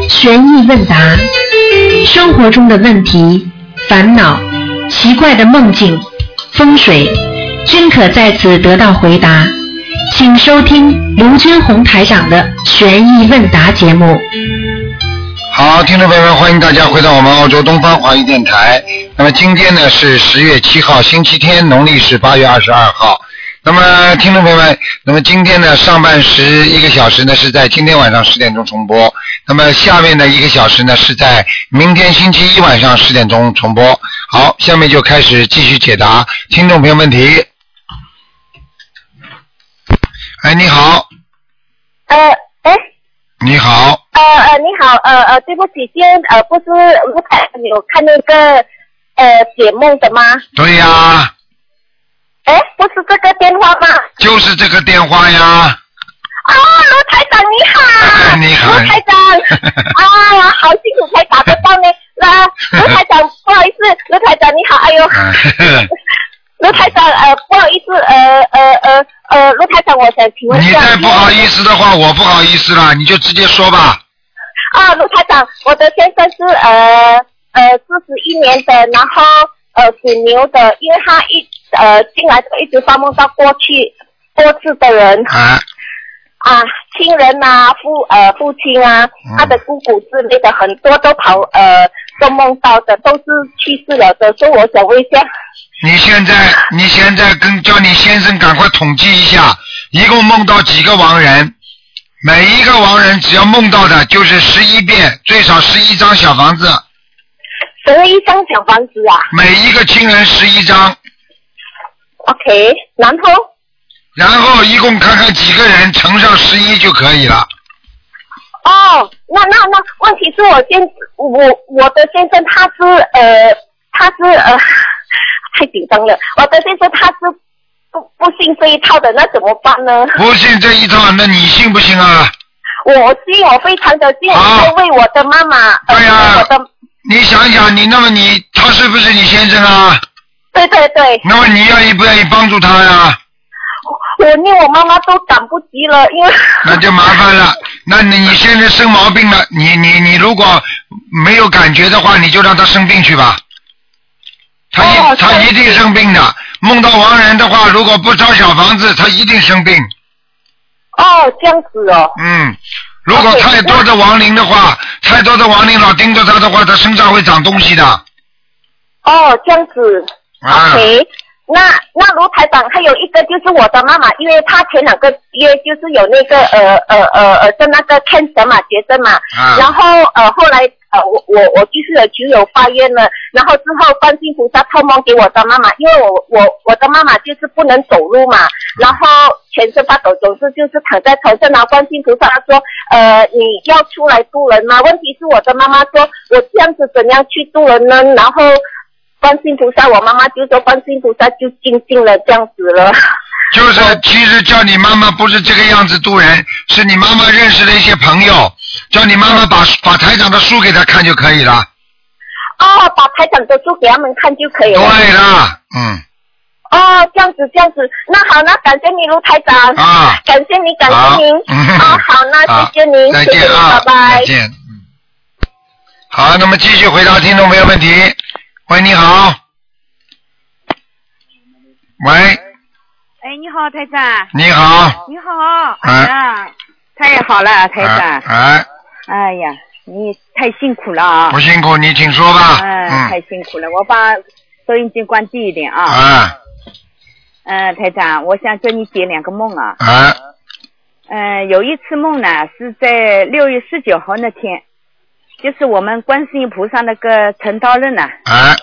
意问答，生活中的问题、烦恼、奇怪的梦境、风水，均可在此得到回答。请收听卢军红台长的《悬疑问答》节目。好，听众朋友们，欢迎大家回到我们澳洲东方华语电台。那么今天呢是十月七号，星期天，农历是八月二十二号。那么，听众朋友们，那么今天呢，上半时一个小时呢是在今天晚上十点钟重播，那么下面的一个小时呢是在明天星期一晚上十点钟重播。好，下面就开始继续解答听众朋友问题。哎，你好，呃，哎，你好，呃呃，你好，呃呃，对不起，今天呃不是卢凯有看那个呃解梦的吗？对呀、哎，不是这个电话吗？就是这个电话呀。，啊，卢台长你好你好卢台 长啊，好辛苦才打得到呢。那卢台长，不好意思，卢台长你好，哎 呦，嗯呵呵卢台长，呃，不好意思，呃呃呃呃，卢台长，我想请问一你下，再不好意思的话，我不好意思了，你就直接说吧。啊，卢台长，我的先生是呃呃四十一年的，然后呃属牛的，因为他一呃进来就一直发梦到过去过世的人啊，啊，亲人呐、父呃父亲啊，他的姑姑之类的很多都跑呃都梦到的，都是去世了的，所以我想问一下，你现在你现在跟叫你先生赶快统计一下，一共梦到几个亡人？每一个亡人只要梦到的就是十一遍，最少十一张小房子，十一张小房子啊每一个亲人十一张， ，OK，然后然后一共看看几个人乘上十一就可以了。哦，那那那，问题是我先我我的先生他是呃他是呃太紧张了，我的先生他是不不信这一套的，那怎么办呢？不信这一套，那你信不信啊？我信，我非常的信，啊在为我的妈妈，呃对呀为我的你想一想，你那么你他是不是你先生啊？对对对，那么你愿意不愿意帮助他呀、我念我妈妈都赶不及了，因为那就麻烦了。那你你现在生毛病了，你你你如果没有感觉的话，你就让他生病去吧。他一、哦他对一定生病的。梦到亡人的话，如果不找小房子，他一定生病。哦这样子哦，嗯，如果哦对太多的亡灵的话，太多的亡灵老盯着他的话，他身上会长东西的。哦这样子，啊， OK，那那卢台长还有一个就是我的妈妈，因为她前两个月就是有那个呃呃呃呃的那个 cancer 嘛，绝症嘛，啊然后呃后来呃我我我就是有只有发愿了，然后之后观世音菩萨托梦给我的妈妈，因为我我我的妈妈就是不能走路嘛，嗯然后全身发抖，总之就是躺在床上，然后观世音菩萨说，呃你要出来渡人吗？问题是我的妈妈说，我这样子怎样去渡人呢？然后。观世音菩萨，我妈妈就说观世音菩萨就静静了这样子了。就是其实叫你妈妈不是这个样子渡人，是你妈妈认识了一些朋友，叫你妈妈把把台长的书给他看就可以了。哦，把台长的书给他们看就可以了。对啦，嗯，哦，这样子这样子，那好，那感谢你卢台长。啊感谢你，感好，谢您。嗯哦，好，那谢谢您，再谢谢见您，啊，拜拜再。见，嗯。好，那么继续回答听众朋友问题。喂，你好。喂，哎，你好，台长，你好。你好，哎呀，太好了，台哎长，哎，哎呀，你太辛苦了啊不，辛苦，你请说吧。哎，太嗯，辛苦了，我把收音机关低一点啊，哎嗯，台长，我想叫你解两个梦啊，哎，嗯，有一次梦呢是在六月十九号那天，就是我们观世音菩萨那个成道日呢，哎，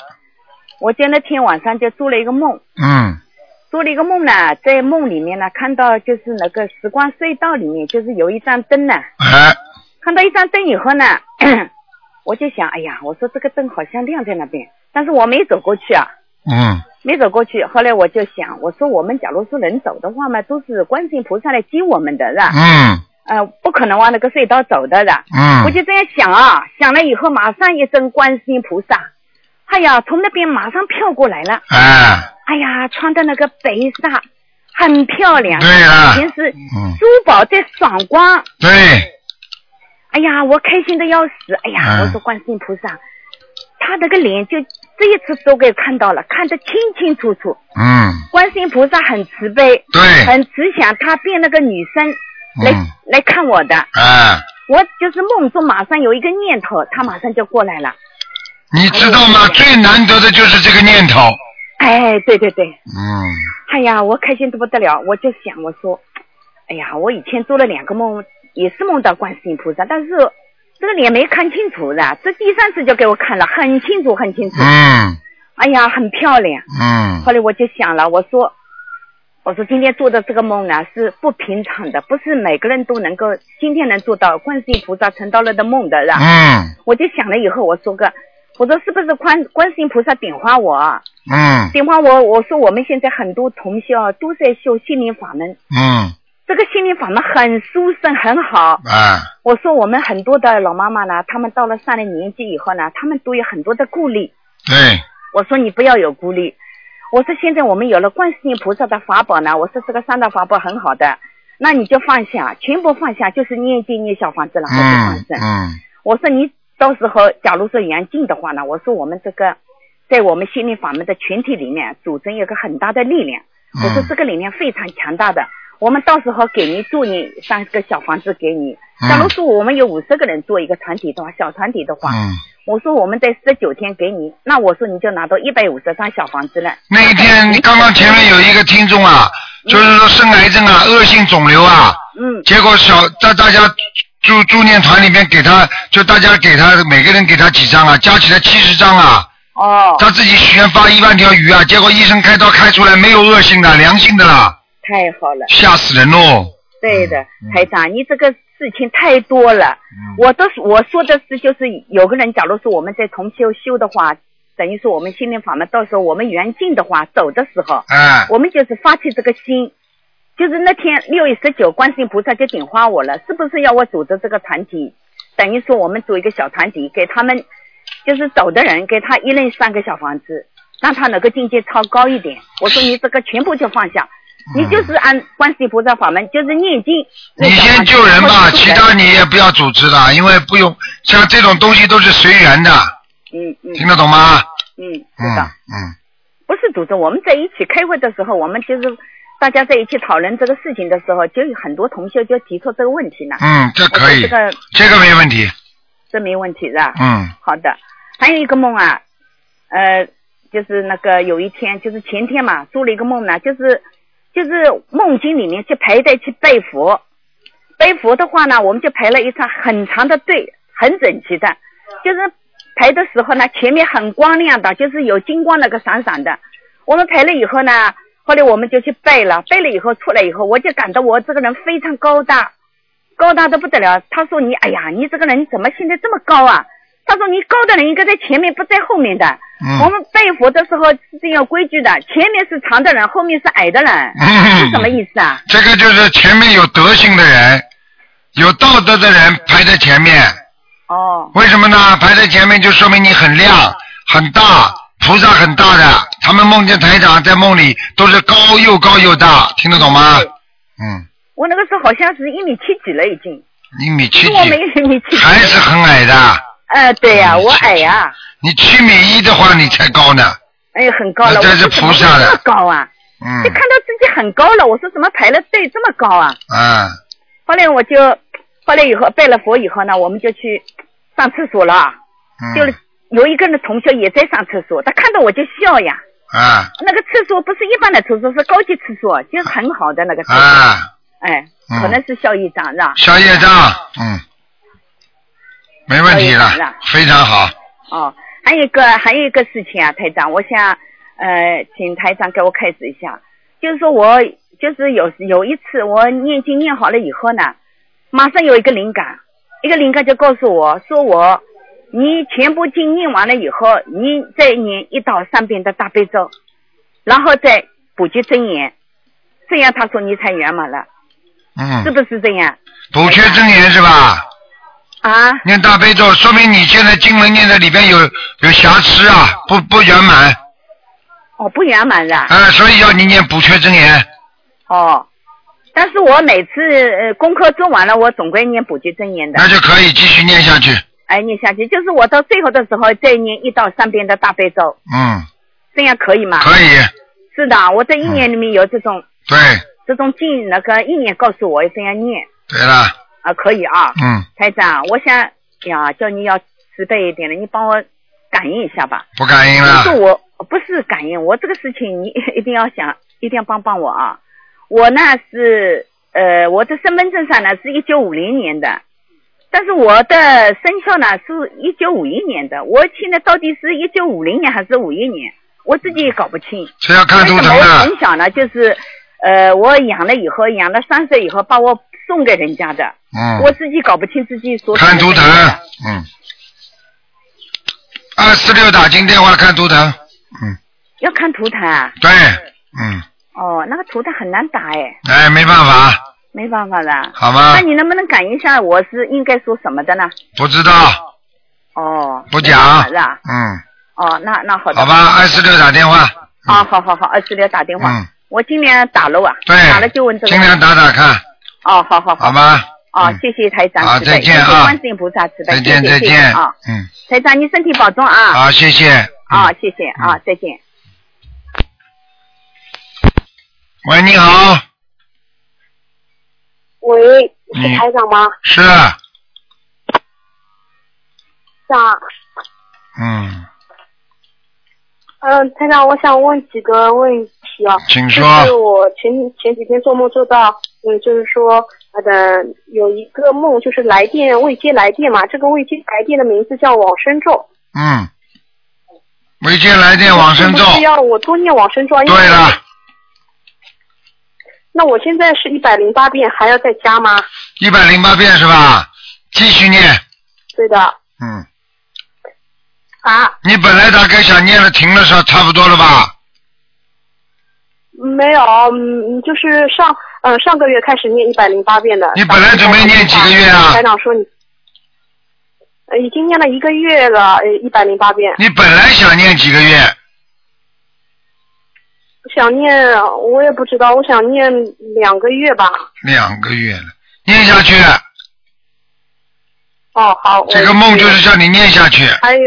我在那天晚上就做了一个梦，嗯，做了一个梦呢，在梦里面呢看到就是那个时光隧道里面就是有一盏灯呢。哎，看到一盏灯以后呢， 我就想，哎呀，我说这个灯好像亮在那边，但是我没走过去啊，嗯，没走过去。后来我就想，我说我们假如说能走的话嘛，都是观世音菩萨来接我们的，是吧？嗯，呃，不可能往那个隧道走的，是吧？嗯，我就这样想啊，想了以后马上一声观世音菩萨，哎呀，从那边马上飘过来了，哎，哎呀，穿的那个白纱，很漂亮，对了，啊平时嗯珠宝在闪光。对，哎呀，我开心的要死！哎呀，嗯我说观世音菩萨，他那个脸就这一次都给看到了，看得清清楚楚。嗯，观世音菩萨很慈悲，对，很慈祥，他变那个女生来、嗯，来看我的。啊，我就是梦中马上有一个念头，他马上就过来了。你知道吗？哎最难得的就是这个念头。哎，对对对，嗯，哎呀，我开心的不得了，我就想我说，哎呀，我以前做了两个梦，也是梦到观世音菩萨，但是这个脸没看清楚的，这第三次就给我看了，很清楚很清楚，嗯，哎呀，很漂亮。嗯，后来我就想了，我说，我说今天做的这个梦啊是不平常的，不是每个人都能够今天能做到观世音菩萨成道了的梦的，是吧？嗯，我就想了以后，我说个，我说是不是观观世音菩萨点化我啊？嗯，点化我，我说我们现在很多同修啊都在修心灵法门，嗯，这个心灵法门很殊胜，很好。啊，我说我们很多的老妈妈呢，她们到了上了年纪以后呢，她们都有很多的顾虑。对，我说你不要有顾虑，我说现在我们有了观世音菩萨的法宝呢，我说这个三大法宝很好的，那你就放下，全部放下，就是念经念小房子，然后就放嗯，生。嗯，我说你到时候假如说缘尽的话呢，我说我们这个在我们心灵法门的群体里面组成一个很大的力量，嗯我说这个力量非常强大的。我们到时候给您做你三个小房子给你。嗯假如说我们有五十个人做一个团体的话，小团体的话，嗯，我说我们在十九天给你，那我说你就拿到一百五十张小房子了。那一天刚刚前面有一个听众啊，就是说生癌症啊，恶性肿瘤啊，嗯，结果小大大家助助念团里面给他，就大家给他每个人给他几张啊，加起来七十张啊，哦，他自己许愿发一万条鱼啊，结果医生开刀开出来没有恶性的，良性的啦，太好了。吓死人哦喽！对的，台长，你这个事情太多了。嗯我都是我说的是，就是有个人，假如说我们在重修修的话，等于说我们心灵法门，到时候我们缘尽的话，走的时候，哎，我们就是发起这个心，就是那天六月十九，观世音菩萨就点化我了，是不是要我组织这个团体？等于说我们组一个小团体，给他们就是走的人，给他一人三个小房子，让他能够境界超高一点。我说你这个全部就放下，你就是按观世音菩萨法门，就是念经。嗯你先救人吧，其他你也不要组织了，因为不用像这种东西都是随缘的，嗯嗯听得懂吗？嗯，知嗯道。嗯不是组织，我们在一起开会的时候，我们就是大家在一起讨论这个事情的时候，就有很多同学就提出这个问题呢。嗯，这可我以，说这个这个没问题。这没问题是吧？嗯好的，还有一个梦啊，呃，就是那个有一天，就是前天嘛，做了一个梦呢，就是就是梦境里面去排队去拜佛，拜佛的话呢，我们就排了一场很长的队，很整齐的，就是排的时候呢，前面很光亮的，就是有金光那个闪闪的。我们排了以后呢，后来我们就去拜了，拜了以后出来以后，我就感到我这个人非常高大，高大的不得了。他说你，哎呀，你这个人怎么现在这么高啊？他说你高的人应该在前面，不在后面的。我嗯们拜佛的时候是这样规矩的，前面是长的人，后面是矮的人，是什么嗯，意思啊？这个就是前面有德行的人，有道德的人排在前面。哦，为什么呢？排在前面就说明你很亮、很大，菩萨很大的。他们梦见台长在梦里都是高又高又大，听得懂吗？对嗯，我那个时候好像是一米七几了，已经，一米七是我没几，有一米七几。还是很矮的。呃，对呀、我矮呀、你七米一的话，你才高呢。哎，很高了。那这是我说菩萨的怎么这么高啊！嗯就看到自己很高了，我说怎么排了队这么高啊？啊，后来我就，后来以后拜了佛以后呢，我们就去上厕所了。就是嗯有一个人同学也在上厕所，他看到我就笑呀。啊那个厕所不是一般的厕所，是高级厕所，就是很好的那个厕所。啊，哎，嗯可能是效益长是吧？小业障，嗯，没问题了小业障，非常好。哦，还有一个还有一个事情啊，台长，我想呃，请台长给我开始一下，就是说我就是有有一次我念经念好了以后呢，马上有一个灵感，一个灵感就告诉我说我，你全部经念完了以后，你再念一到三遍的大悲咒，然后再补句真言，这样他说你才圆满了，是嗯，不是这样补缺真言是吧？啊？念大悲咒，说明你现在经文念的里边有有瑕疵啊，不不圆满。哦，不圆满的。啊，所以要你念补缺真言。哦，但是我每次呃功课做完了，我总归念补觉真言的那，就可以继续念下去。哎，念下去，就是我到最后的时候再念一到三遍的大悲咒，嗯，这样可以吗？可以，嗯是的，我这一年里面有这种对，这种经那个意念告诉我要这样念对了，啊，可以啊，嗯，台长，我想呀，叫你要慈悲一点了，你帮我感应一下吧。不感应了不，是我，不是感应，我这个事情你 一定要想，一定要帮帮我啊！我呢是呃，我的身份证上呢是一九五零年的，但是我的生肖呢是一九五一年的，我现在到底是一九五零年还是五一年，我自己也搞不清。这要看为什图么腾我的从，小呢就是呃，我养了以后，养了三岁以后，把我送给人家的，我嗯，自己搞不清自己所看图属的腾生肖的，嗯，二四六打进电话看图腾，嗯，要看图腾啊。对，嗯，哦，那个图腾很难打哎。哎，没办法，没办法的。好吗那？你能不能感应一下我是应该说什么的呢？不知道，哦，不讲是吧？嗯，哦，那那好的。好吧，二四六打电话，啊，好好好，二十六打电话。嗯，我尽量打了啊。对打了就问这个。尽量。打打看，哦，好好好好。吗？哦嗯，谢谢台长好慈悲，再见谢谢啊观世音菩萨慈悲，再见谢谢再谢谢见啊，，嗯，台长你身体保重啊，好，谢谢。嗯啊，谢谢啊，再见。喂，你好，喂，是嗯台长吗？是，长，嗯，嗯、台长，我想问几个问题啊。请就是说，我前前几天做梦做到，嗯，就是说，呃的，有一个梦就是来电未接来电嘛，这个未接来电的名字叫往生咒。嗯，未接来电往生咒是，不是要我多念往生咒啊？因为对了，那我现在是一百零八遍，还要再加吗？一百零八遍是吧？继续念，对的。嗯，啊，你本来大概想念了停了，差差不多了吧？没有，嗯，就是上，嗯、上个月开始念一百零八遍的。你本来准备念几个月啊台长说你，呃，已经念了一个月了，呃，一百零八遍。你本来想念几个月，想念，我也不知道，我想念两个月吧。两个月了，念下去，哦，好。我这个梦就是叫你念下去，还有。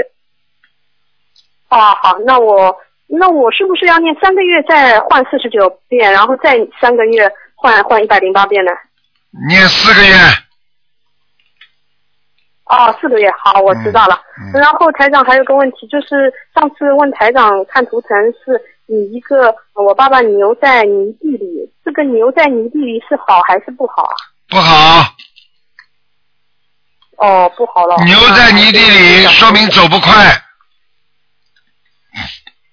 哦，好，那我那我是不是要念三个月再换四十九遍，然后再三个月换换一百零八遍呢？念四个月，哦，四个月，好，我知道了。嗯然后台长还有个问题，就是上次问台长看图腾是你一个我爸爸牛在泥地里，这个牛在泥地里是好还是不好啊？不好，哦，不好了。牛在泥地里，说明走不快，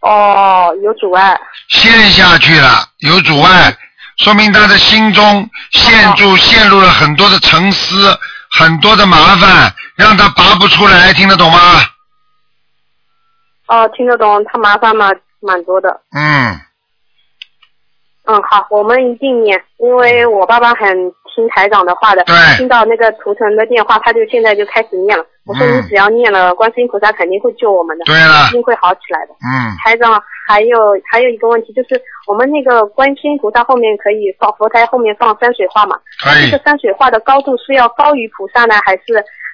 哦，有阻碍。陷下去了，有阻碍，说明他的心中陷住陷入了很多的沉思，很多的麻烦，让他拔不出来，听得懂吗？哦，听得懂，他麻烦嘛蛮多的。嗯，嗯，好，我们一定念，因为我爸爸很听台长的话的，对听到那个图腾的电话，他就现在就开始念了。我说嗯你只要念了，观世音菩萨肯定会救我们的，对了一，定会好起来的。嗯，台长，还有还有一个问题就是，我们那个观世音菩萨后面可以放佛台后面放山水画嘛？可这以个，山水画的高度是要高于菩萨呢，还是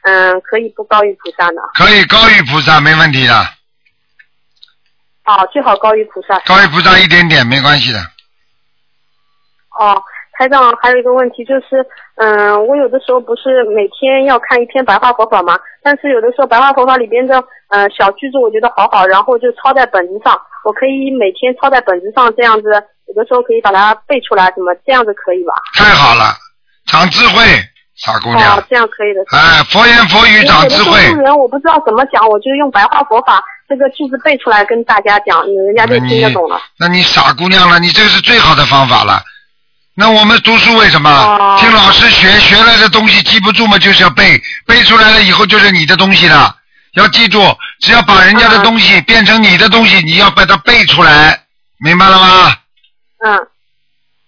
嗯可以不高于菩萨呢？可以高于菩萨没问题的，哦，最好高于菩萨。高于菩萨一点点没关系的，哦，台长，还有一个问题就是，嗯、我有的时候不是每天要看一篇白话佛法嘛，但是有的时候白话佛法里边的呃小句子我觉得好好，然后就抄在本子上，我可以每天抄在本子上这样子，有的时候可以把它背出来，怎么这样子可以吧？太好了，长智慧，傻姑娘哦，，这样可以的。哎，佛言佛语长智慧有的时候，路人我不知道怎么讲，我就用白话佛法这个句子背出来跟大家讲，人家就听得懂了。那你傻姑娘了，你这个是最好的方法了。那我们读书为什么、哦听老师学学来的东西记不住嘛，就是要背，背出来了以后就是你的东西了。要记住，只要把人家的嗯东西变成你的东西，你要把它背出来，明白了吗？嗯，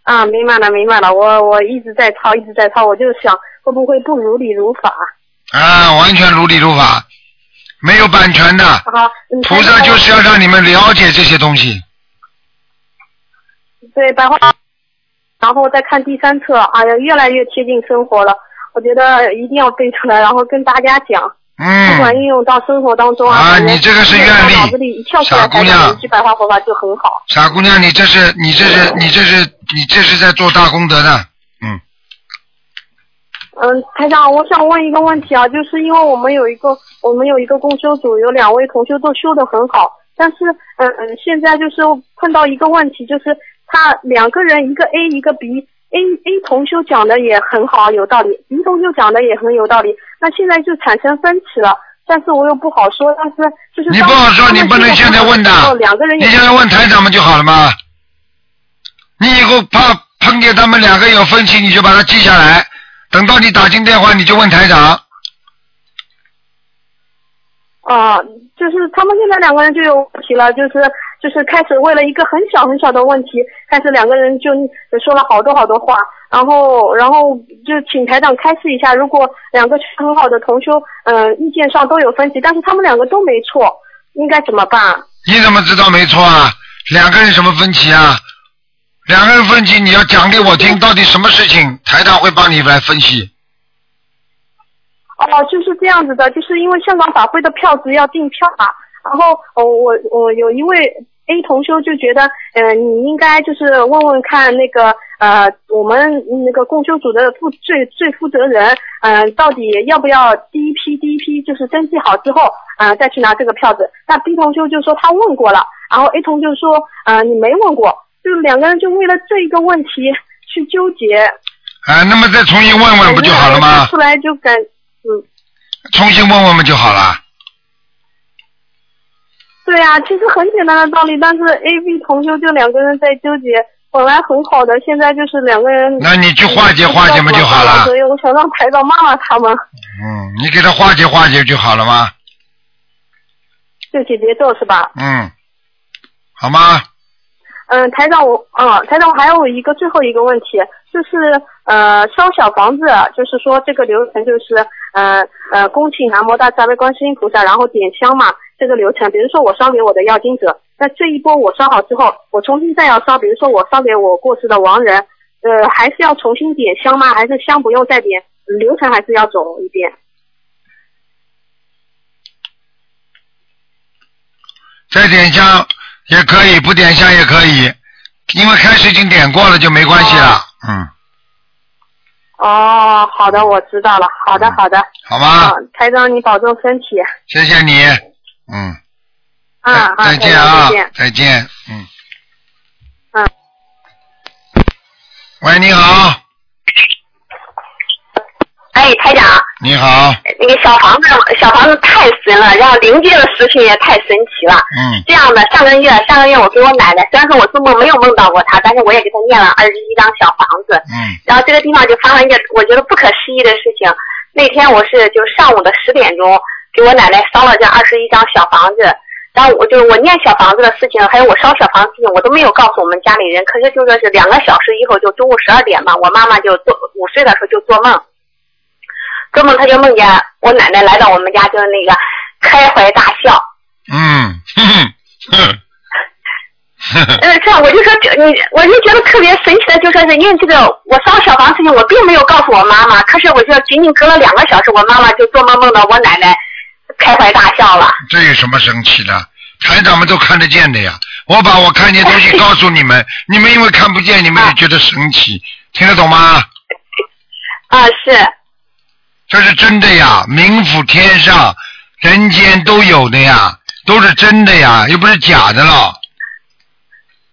啊，明白了，明白了，我我一直在抄，一直在抄，我就想会不会不如理如法。啊，完全如理如法，没有版权的。好，嗯菩萨就是要让你们了解这些东西。对白话，然后后再看第三册，哎呀，越来越贴近生活了。我觉得一定要背出来，然后跟大家讲，不管嗯，应用到生活当中啊。啊感觉你这个是愿力脑子里一跳出来，傻姑感觉娘一句白话佛法就很好。傻姑娘，你这是你这是你这是你这是在做大功德的，嗯，嗯，台长，我想问一个问题啊，就是因为我们有一个我们有一个共修组，有两位同修都修得很好，但是嗯嗯，现在就是碰到一个问题，就是他两个人一个 A 一个 B，A A 同修讲的也很好，啊有道理；B 同修讲的也很有道理，那现在就产生分歧了。但是我又不好说，但是就是你当不好说他们你不能修现在得很好问的时候两个人你也现在问台长们就好了嘛。你以后怕碰见他们两个有分歧，你就把它记下来，等到你打进电话，你就问台长。啊、就是他们现在两个人就有问题了，就是就是开始为了一个很小很小的问题，开始两个人就说了好多好多话，然后然后就请台长开示一下，如果两个很好的同修，嗯、意见上都有分歧，但是他们两个都没错，应该怎么办？你怎么知道没错啊？两个人什么分歧啊？两个人分歧，你要讲给我听，到底什么事情，台长会帮你来分析。哦，就是这样子的，就是因为香港法会的票子要订票嘛，然后哦，我我有一位 A 同修就觉得，嗯、你应该就是问问看那个呃，我们那个共修组的负最最负责人，嗯、到底要不要第一批第一批就是登记好之后，呃，再去拿这个票子。那 B 同修就说他问过了，然后 A 同修说，呃，你没问过，就是两个人就为了这一个问题去纠结，啊，那么再重新问问不就好了我们两个吗看出？来就感，嗯。重新问问不就好了？对啊，其实很简单的道理，但是 A、B 同修就两个人在纠结，本来很好的，现在就是两个人。那你去化解化解不就好了所？以我想让台长骂骂他们，嗯，你给他化解化解就好了吗？就解节奏是吧？嗯，好吗？嗯，台长我，嗯，台长我还有一个最后一个问题，就是呃烧小房子，啊就是说这个流程就是呃呃恭请南无大慈大悲观世音菩萨，然后点香嘛，这个流程。比如说我烧给我的要经者，那这一波我烧好之后，我重新再要烧，比如说我烧给我过世的亡人，呃还是要重新点香吗？还是香不用再点？流程还是要走一遍？再点香也可以，不点香也可以，因为开始已经点过了就没关系了。嗯，哦，好的，我知道了。好嗯的，好的。好吗？嗯台长你保重身体。谢谢你。嗯，啊啊，再台见长啊再见，。再见。嗯。嗯。喂，你好，哎，台长，你好，那个小房子，小房子太神了，然后临界的事情也太神奇了。嗯，这样的，上个月上个月我给我奶奶，虽然说我做梦没有梦到过她，但是我也给她念了二十一张小房子。嗯，然后这个地方就发生一件我觉得不可思议的事情。那天我是就上午的十点钟给我奶奶烧了这二十一张小房子，然后我就我念小房子的事情，还有我烧小房子的事情，我都没有告诉我们家里人。可是就说是两个小时以后，就中午十二点嘛，我妈妈就做午睡的时候就做梦，做梦她就梦见我奶奶来到我们家，就是那个开怀大笑。嗯，哼哼，哼哼，嗯，这样我就说这你，我就觉得特别神奇的，就说是因为这个我烧小房事情，我并没有告诉我妈妈，可是我就仅仅隔了两个小时，我妈妈就做梦梦到我奶奶开怀大笑了。这有什么神奇的？台长们都看得见的呀。我把我看见东西告诉你们，你们因为看不见，你们也觉得神奇，听得懂吗？啊，是 这是真的呀，冥府天上、人间都有的呀，都是真的呀，又不是假的了。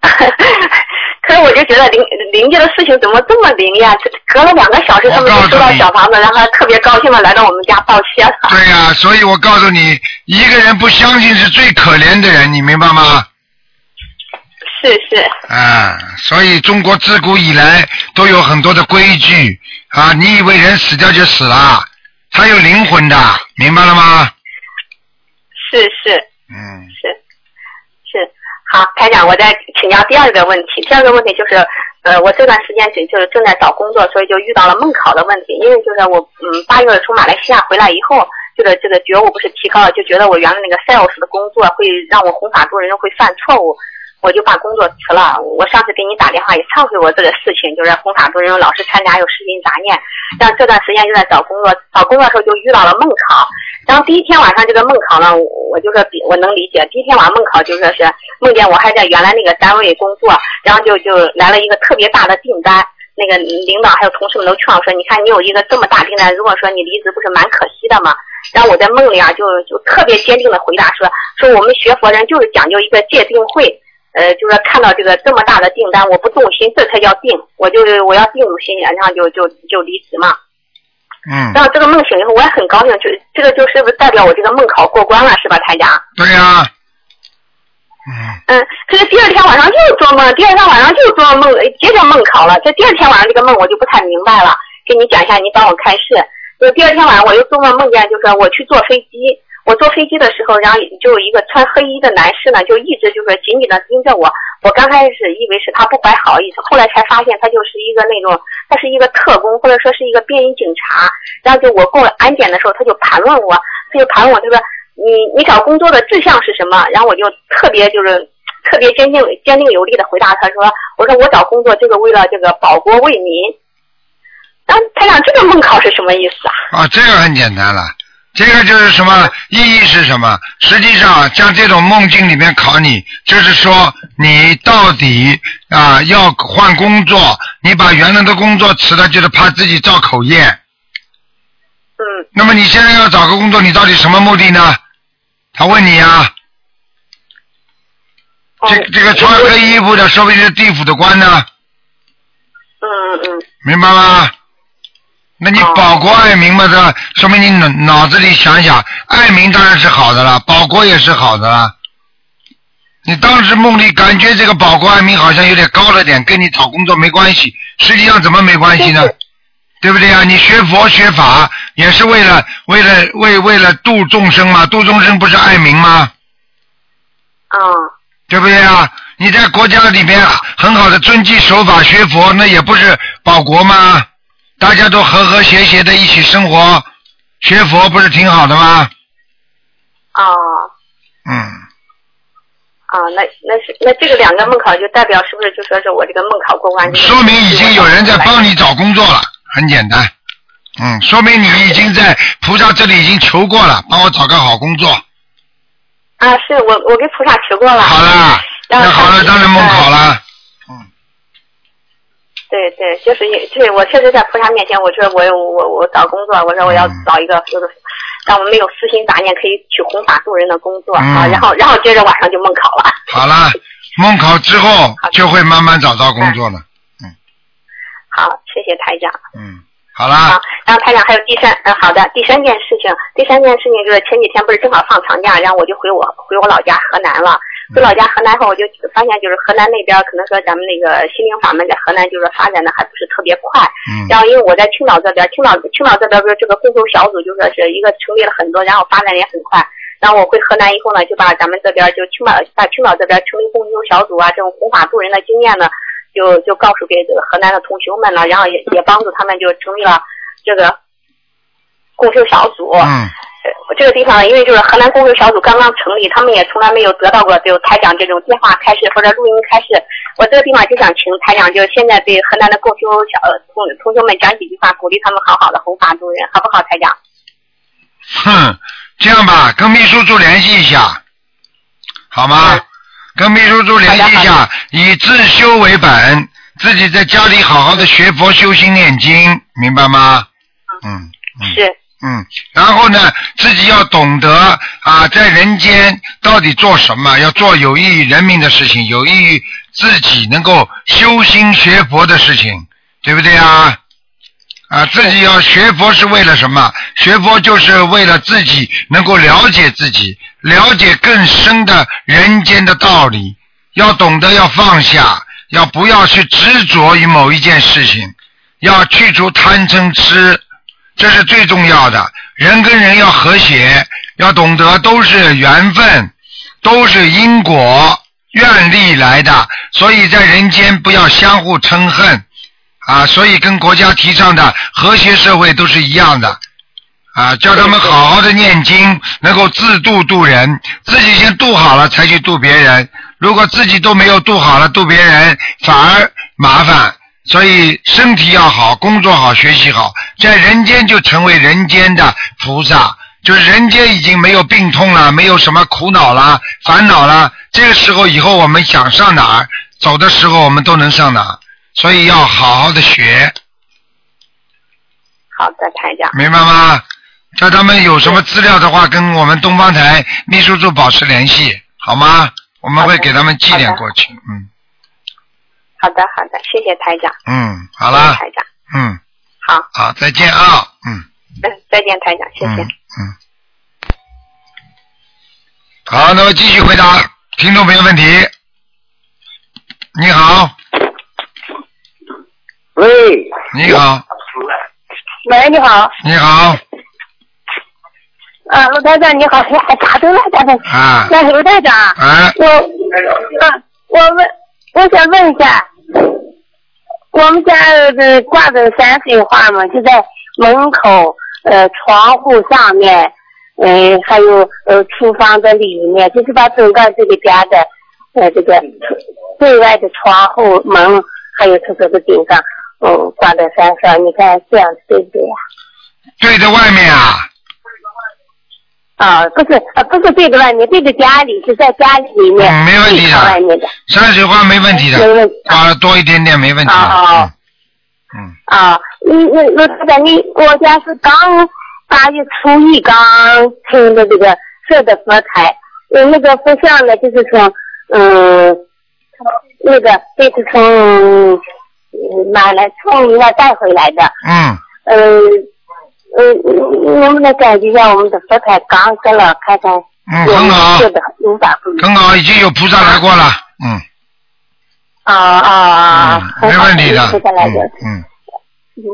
可是我就觉得邻邻居的事情怎么这么灵呀？这隔了两个小时，他们就收到小房子，然后还特别高兴的来到我们家啊道谢了。对呀、所以我告诉你，一个人不相信是最可怜的人，你明白吗？ 是是，啊，所以中国自古以来都有很多的规矩啊。你以为人死掉就死了，他有灵魂的，明白了吗？是是嗯，是是，好，台长，我再请教第二个问题。第二个问题就是，呃，我这段时间就就是正在找工作，所以就遇到了梦考的问题。因为就是我，嗯，八月从马来西亚回来以后，这个这个觉悟不是提高了，就觉得我原来那个 sales 的工作会让我弘法度人，会犯错误。我就把工作辞了。我上次给你打电话也忏悔过这个事情，就是红塔度人老是掺杂有私心杂念，但这段时间就在找工作，找工作的时候就遇到了梦考。然后第一天晚上这个梦考呢，我我就说比我能理解。第一天晚上梦考就说是梦见我还在原来那个单位工作，然后就就来了一个特别大的订单，那个领导还有同事们都劝我说，你看你有一个这么大订单，如果说你离职不是蛮可惜的吗？然后我在梦里啊，就就特别坚定的回答说，说我们学佛人就是讲究一个戒定慧，呃，就说看到这个这么大的订单，我不动心，这才叫定，我就我要定入心，然后就就就离职嘛。嗯，然后这个梦醒以后，我也很高兴，就这个就是不是代表我这个梦考过关了，是吧，台长？对呀、嗯，这个第二天晚上又做梦，第二天晚上又做梦，呃接着梦考了。这第二天晚上这个梦我就不太明白了，给你讲一下，你帮我开示。就第二天晚上我又做梦梦见，就是我去坐飞机，我坐飞机的时候，然后就有一个穿黑衣的男士呢，就一直就是紧紧的盯着我。我刚开始以为是他不怀好意思，后来才发现他就是一个那种，他是一个特工，或者说是一个便衣警察。然后就我过安检的时候，他就盘问我，他就盘问我，他说你你找工作的志向是什么？然后我就特别就是特别坚定坚定有力的回答他说，我说我找工作就是为了这个保国为民。但台长，这个梦考是什么意思啊？啊，这个很简单了，这个就是什么意义是什么？实际上啊像这种梦境里面考你，就是说你到底啊要换工作，你把原来的工作辞了，就是怕自己造口业。嗯。那么你现在要找个工作，你到底什么目的呢？他问你啊。哦这这个穿黑衣服的，说不定是地府的官呢。嗯嗯。明白吗？那你保国爱民嘛，这说明你脑脑子里想想，爱民当然是好的了，保国也是好的了。你当时梦里感觉这个保国爱民好像有点高了点，跟你找工作没关系，实际上怎么没关系呢？对不对啊？你学佛学法也是为了为了为为了度众生嘛，度众生不是爱民吗？啊、对不对啊？你在国家里边很好的遵纪守法学佛，那也不是保国吗？大家都和和谐谐的一起生活，学佛不是挺好的吗？哦嗯，啊，那那是那这个两个梦考就代表是不是就说是我这个梦考过关？说明已经有人在帮你找工作了，很简单。嗯，说明你已经在菩萨这里已经求过了，帮我找个好工作。啊，是我我给菩萨求过了。好啦，那好了，当然梦考了。对对，就是也对我确实在菩萨面前，我说我我我找工作，我说我要找一个就是让我没有私心杂念，可以去弘法度人的工作、啊。嗯然后然后接着晚上就梦考了。好了，梦考之后就会慢慢找到工作了。好，谢谢台长。嗯，好啦，然后台长还有第三，嗯，好的，第三件事情，第三件事情就是前几天不是正好放长假，然后我就回我回我老家河南了。回老家河南后，我就发现就是河南那边可能说咱们那个心灵法门在河南就是发展的还不是特别快。嗯然后因为我在青岛这边，青岛青岛这边不是这个共修小组，就说是一个成立了很多，然后发展也很快。然后我回河南以后呢，就把咱们这边就青岛把青岛这边成立共修小组啊，这种弘法度人的经验呢，就就告诉给这个河南的同学们了，然后也也帮助他们就成立了这个共修小组。嗯，这个地方，因为就是河南共修小组刚刚成立，他们也从来没有得到过就台长这种电话开示或者录音开示。我这个地方就想请台长，就是现在对河南的共修小呃同同学们讲几句话，鼓励他们好好的弘法度人，好不好，台长？哼，这样吧，跟秘书处联系一下，好吗？跟秘书处联系一下，以自修为本，自己在家里好好的学佛修心念经，明白吗？嗯是，嗯，然后呢，自己要懂得啊，在人间到底做什么，要做有益于人民的事情，有益于自己能够修心学佛的事情，对不对啊？啊，自己要学佛是为了什么？学佛就是为了自己能够了解自己，了解更深的人间的道理，要懂得要放下，要不要去执着于某一件事情，要去除贪嗔痴，这是最重要的。人跟人要和谐，要懂得都是缘分，都是因果愿力来的，所以在人间不要相互嗔恨。啊，所以跟国家提倡的和谐社会都是一样的。啊，叫他们好好的念经，能够自度度人，自己先度好了才去度别人。如果自己都没有度好了，度别人反而麻烦。所以身体要好，工作好，学习好，在人间就成为人间的菩萨，就是人间已经没有病痛了，没有什么苦恼啦、烦恼啦。这个时候以后我们想上哪儿走的时候，我们都能上哪儿。所以要好好的学，好的，台长。明白吗？叫他们有什么资料的话，跟我们东方台秘书处保持联系，好吗？我们会给他们寄好的点过去。嗯好的，好的，谢谢台长。嗯，好谢谢啦，台长。嗯，好，好，再见啊，嗯嗯，再见，台长，谢嗯谢。嗯。好，那么继续回答听众朋友问题。你好，喂，你好，喂，你好，你好，啊，罗台长你好，哎，打通了，打通了，啊，那罗台长，哎，我，啊，我问，我想问一下，我们家呃挂的山水画嘛，就在门口、呃窗户上面，嗯、还有呃厨房的里面，就是把整个这个家的呃这个对外的窗户、门，还有厕所的顶上，嗯，挂在山上，你看这样对不对呀、对着外面啊，啊，不是，呃，不是对着外面，对着家里，是在家里面，嗯没问题的对着外面的，山水画没问题没的，问题挂了啊多一点点没问题的。嗯哦嗯，啊。你你罗台长，你我家是刚八月初一刚成的这个设的佛台，呃，那个佛像呢，就是从嗯，那个这是从嗯买来从你那带回来的，嗯，嗯嗯，你能不能感觉一下我们的佛台刚生了，看看嗯，我很们好设，的有法不？很好，已经有菩萨来过了，嗯，啊啊啊！啊嗯没问题的，很好接下来就嗯嗯，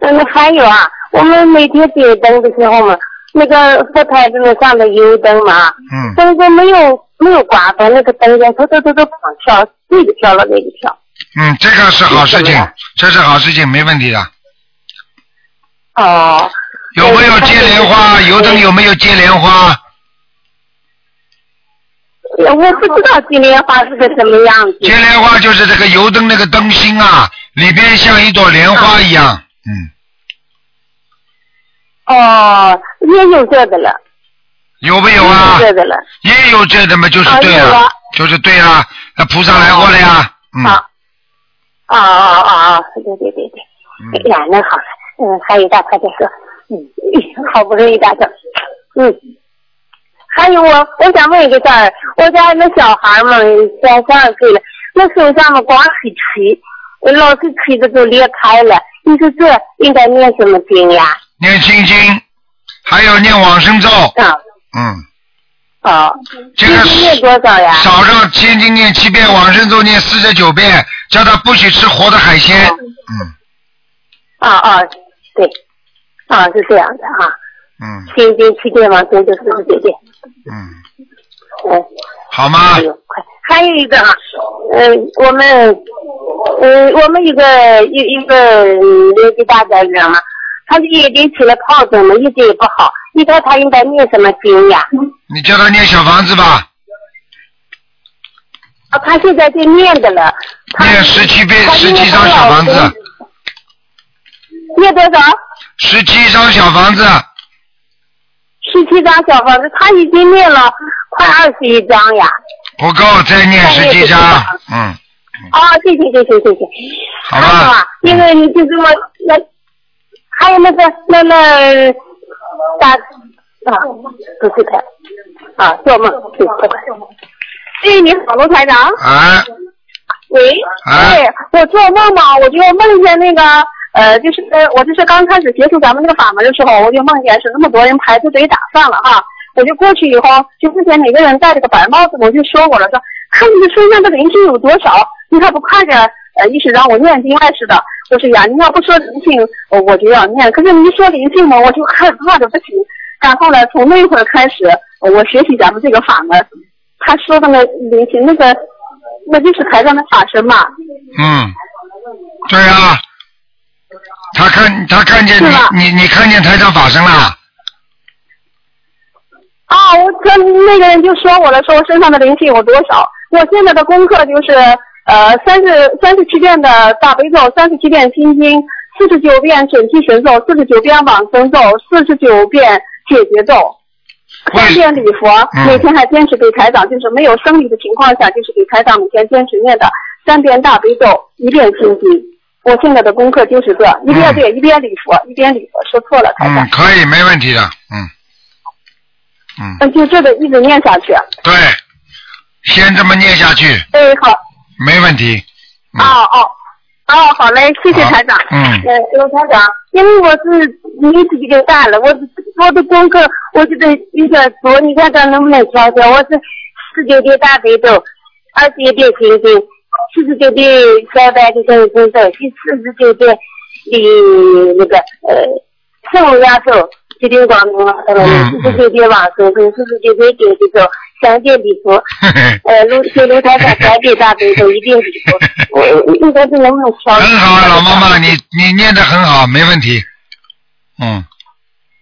嗯，那还有啊，我们每天点灯的时候嘛，那个佛台子那上的油灯嘛，嗯，灯都没有没有刮的，那个灯烟突突突突往跳，这个跳了那个跳。嗯，这个是好事怎么情样，这是好事情，没问题的。哦，有没有接莲花？油灯有没有接莲花？我不知道金莲花是个什么样子。接莲花就是这个油灯那个灯芯啊，里边像一朵莲花一样。嗯，哦，也有这个了，有没有啊也？有这个了。也有这的嘛，就是对啊有了啊，就是对了。那菩萨来过了呀。嗯好。啊啊啊啊！对对对对，哎嗯，呀，那好了，嗯，还有一大块再说，嗯， 好不容易达成，嗯。还有我，我想问一个事儿，我家那小孩嘛，才十二岁了，那手上嘛光黑皮，老是皮子都裂开了，你说这应该念什么经呀？念心经，还有念往生咒。啊，嗯，哦，这一个天念多少呀？早上天经念七遍，往生咒念四十九遍，叫他不许吃活的海鲜。哦嗯啊啊，对，啊是这样的啊，嗯心经七遍往生咒四十九遍，嗯，嗯。好吗哎？呦，快！还有一个啊，呃，我们，呃，我们一个一一个嗯年纪大的人嘛，他这夜里起了疱疹嘛，一直也不好。你说他应该念什么经呀？你叫他念小房子吧，啊，他现在在念的了。他念十七遍，他十念七张多少小房遍子，念多少？十七张小房子，十七张小房子，他已经念了快二十一张呀。不够，再念十七张。嗯，哦，谢谢谢谢谢谢。好还有吧嗯啊，。因为你就是我那，还有那个那那打啊，不是他啊，做梦对做梦。哎，你好，卢台长。哎喂。哎，对，我做梦嘛，我就梦见那个呃，就是呃我就是刚开始接触咱们这个法门的时候，我就梦见是那么多人排着队打饭了哈。我就过去以后，就之前每个人戴着个白帽子，我就说我了说，看你的身上这灵性有多少，你还不快点呃一直让我念经来似的。我说呀，你要不说灵性，我我就要念，可是你一说灵性嘛，我就害怕的不行。然后呢，从那会儿开始，呃我学习咱们这个法门，他说的那灵性那个，那就是台上的法身嘛。嗯，对啊，他看他看见是吧你你你看见台上法身了，啊，我跟那个人就说我了，说我身上的灵性有多少，我现在的功课就是呃三十三十七遍的大悲咒，三十七遍心经，四十九遍准提神咒，四十九遍往生咒，四十九遍解结咒，三遍礼佛，嗯每天还坚持给台长，就是没有生理的情况下，就是给台长每天坚持念的三遍大悲咒，一遍心经。我现在的功课就是这，一边对一边礼佛，一边礼佛，说错了，台长嗯，。可以，没问题的，嗯，嗯，嗯，就这个一直念下去。对，先这么念下去，哎，好，没问题。嗯哦哦，哦，好嘞，谢谢好台长。 嗯，呃，刘台长，因为我是年纪比较大了，我我的功课我觉得有点多，你看看能不能调调？我是十九遍大悲咒，二十一遍心经，四十九遍小白的跟跟咒，第四十九遍的那个呃圣压咒，九遍广明王咒，嗯四十九遍往生咒，四十九遍解结咒，三遍礼佛，嘿嘿，呃，卢学卢台长三遍大悲咒，一遍礼佛，我我应该是能不能调？很好啊，老妈妈，你你念的很好，没问题。嗯，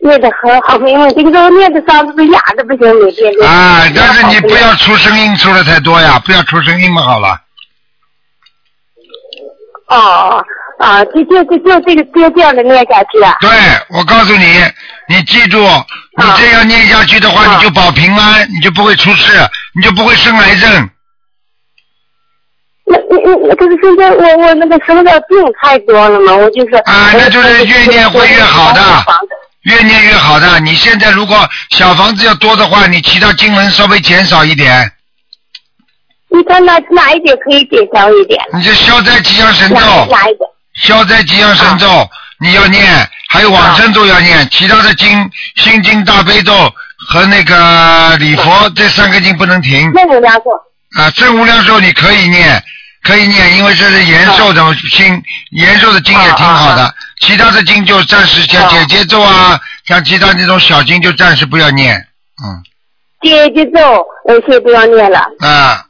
念的很好，没问题。这个念的嗓子都哑的不行，每天都啊，但是你不要出声音出的太多呀，不要出声音嘛，好了。哦啊，就就就就这个就这样的念下去啊。对，我告诉你，你记住，你这样念下去的话，啊你就保平安，你就不会出事，你就不会生癌症。那那那那可是现在我我那个生的病太多了嘛，我就是啊那就是越念会越好的越念越好的。你现在如果小房子要多的话，你其他经文稍微减少一点。你看哪哪一点可以减少一点？你这消灾吉祥神咒，哪哪一点？消灾吉祥神咒你要念，还有往生咒要念，其他的经心经大悲咒和那个礼佛这三个经不能停那我两个啊。正无量寿你可以念，可以念，因为这是延寿嗯的经，延寿的经也挺好的。其他的经就暂时像解结咒啊，像其他那种小经就暂时不要念，嗯解结咒，呃，先不要念了。啊，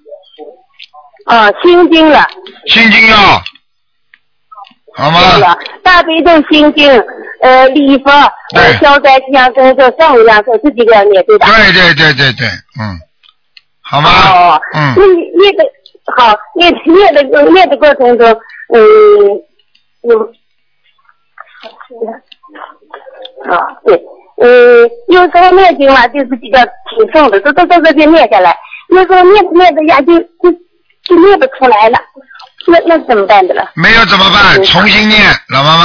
啊，心经了，心经要，好吗？对了，大悲咒、心经，呃，礼佛，呃对，消灾吉祥神咒、上无量寿这几个要念，对吧？对对对对对，嗯，好吗？哦，嗯那你念的好，念念的念的过程中，嗯，嗯，啊，对，嗯，有时候念经嘛，就是比较挺顺的，这这这这就念下来；有时候念着念着呀，就就就念不出来了，那那怎么办的了？没有怎么办？重新念，老妈妈，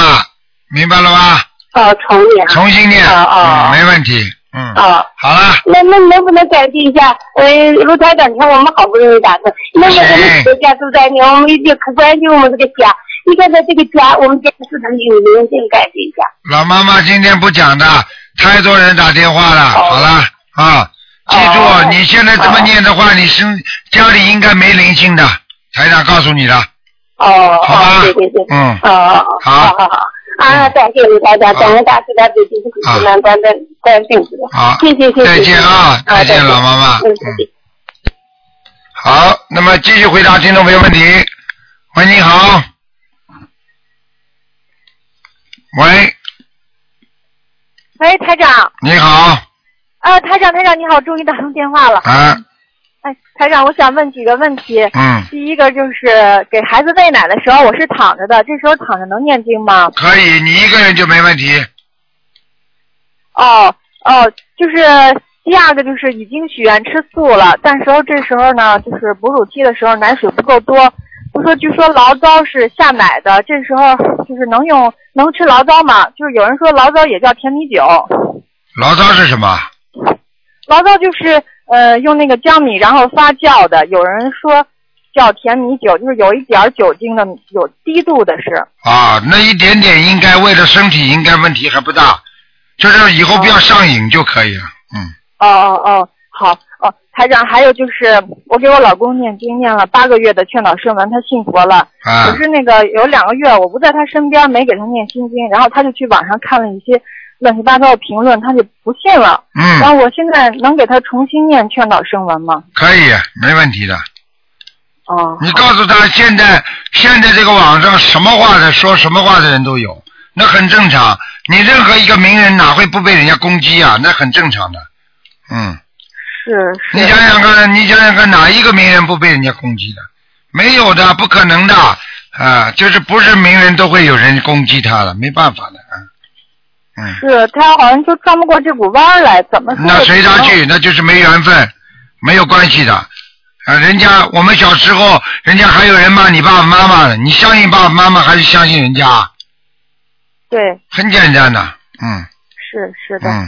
明白了吧？哦，重念啊，重新念，哦嗯，哦没问题，嗯，哦。啊好了，那那能不能改进一下？呃，卢台长，你看我们好不容易打通，那么我们哎国家都在你，我们一定可关心我们这个家。你看在这个家，我们家是不是有人性改进一下？老妈妈今天不讲的，太多人打电话了，好了啊，记住、哦你现在这么念的话，你身家里应该没灵性的，台长告诉你的，哦好吧哦，对对对，嗯哦哦，好嗯好好好。啊，感谢卢台长，感恩大慈大悲救苦救难观的观世音菩萨啊好，谢谢谢谢，再见啊谢谢，再见，老妈妈，嗯，嗯。好，那么继续回答听众朋友问题。喂，你好。喂，哎喂，台长，你好，呃，台长，台长，你好，终于打通电话了。啊，哎，台长，我想问几个问题。嗯，第一个就是给孩子喂奶的时候，我是躺着的，这时候躺着能念经吗？可以，你一个人就没问题。哦哦，就是第二个就是已经许愿吃素了，但时候这时候呢，就是哺乳期的时候奶水不够多。不说，据说醪糟是下奶的，这时候就是能用能吃醪糟吗？就是有人说醪糟也叫甜米酒，醪糟是什么？醪糟就是呃用那个江米然后发酵的，有人说叫甜米酒，就是有一点儿酒精的，有低度的是。啊，那一点点应该为了身体应该问题还不大，就是以后不要上瘾就可以了。嗯，哦哦哦，好哦，台长，还有就是我给我老公念经念了八个月的劝导圣文，他信佛了，啊可，是那个有两个月我不在他身边，没给他念心经，然后他就去网上看了一些乱七八糟的评论，他就不信了。然嗯，后我现在能给他重新念劝导圣文吗？可以，没问题的。哦，你告诉他，现在现在这个网上什么话的说什么话的人都有，那很正常。你任何一个名人哪会不被人家攻击啊？那很正常的。嗯，是是。你想想看，你想想看，哪一个名人不被人家攻击的？没有的，不可能的啊！就是不是名人都会有人攻击他的，没办法的啊。嗯，是他好像就转不过这股弯儿来，怎 么说也那随他不能去，那就是没缘分，没有关系的。啊，人家我们小时候，人家还有人骂你爸爸妈妈呢，你相信爸爸妈妈还是相信人家？对，很简单的，嗯是是的。嗯，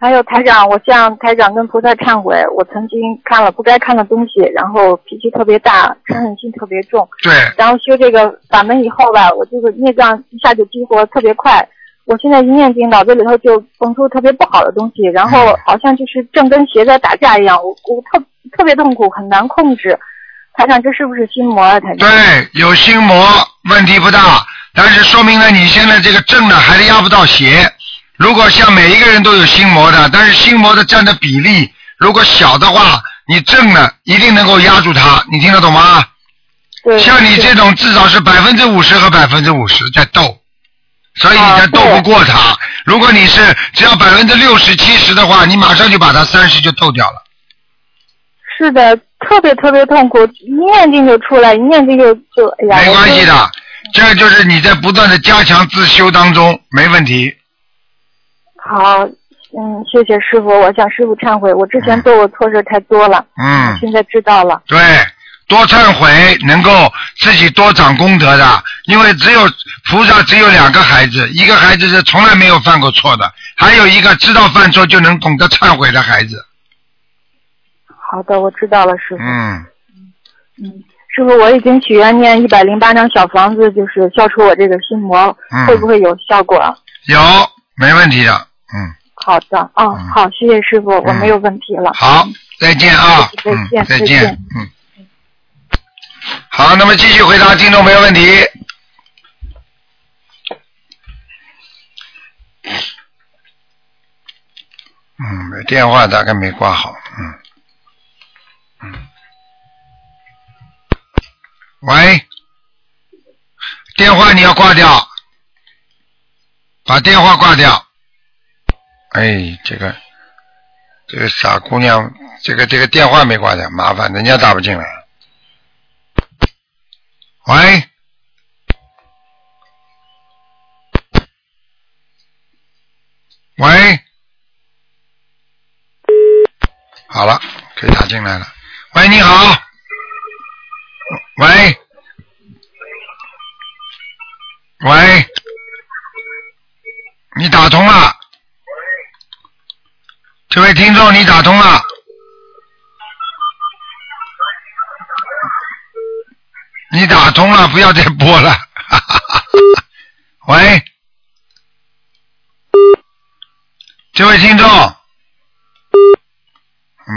还有台长，我向台长跟菩萨忏悔，我曾经看了不该看的东西，然后脾气特别大，嗔恨心特别重。对，然后修这个法门以后吧，我这个孽障一下就激活特别快。我现在一念经，脑子里头就蹦出特别不好的东西，然后嗯好像就是正跟邪在打架一样，我我特特别痛苦，很难控制。台长，这是不是心魔啊？台长，对，有心魔问题不大，但是说明了你现在这个正呢还是压不到邪。如果像每一个人都有心魔的，但是心魔的占的比例如果小的话，你正呢一定能够压住它。你听得懂吗？对，像你这种至少是百分之五十和百分之五十在斗，所以啊你才斗不过他。如果你是只要百分之六十、七十的话，你马上就把他三十就斗掉了。是的，特别特别痛苦，一念经就出来，一念经就就哎呀，没我关系就的，这就是你在不断的加强自修当中，没问题。好，嗯，谢谢师傅，我向师傅忏悔，我之前做过错事太多了，嗯，现在知道了。对，多忏悔能够自己多长功德的，因为只有菩萨只有两个孩子，一个孩子是从来没有犯过错的，还有一个知道犯错就能懂得忏悔的孩子。好的，我知道了，师傅。嗯，师傅，我已经许愿念一百零八张小房子，就是消除我这个心魔，嗯会不会有效果？有，没问题的。嗯。好的，哦，嗯好，谢谢师傅，我没有问题了。好，再见啊，再见嗯，再再见见，嗯。好，那么继续回答听众朋友问题。嗯，电话大概没挂好，嗯，嗯。喂，电话你要挂掉，把电话挂掉。哎，这个这个傻姑娘，这个这个电话没挂掉，麻烦人家打不进来。喂，喂，好了，可以打进来了。喂，你好。喂，喂，你打通了。这位听众，你打通了。你打通了，不要再播了。 喂，这位听众，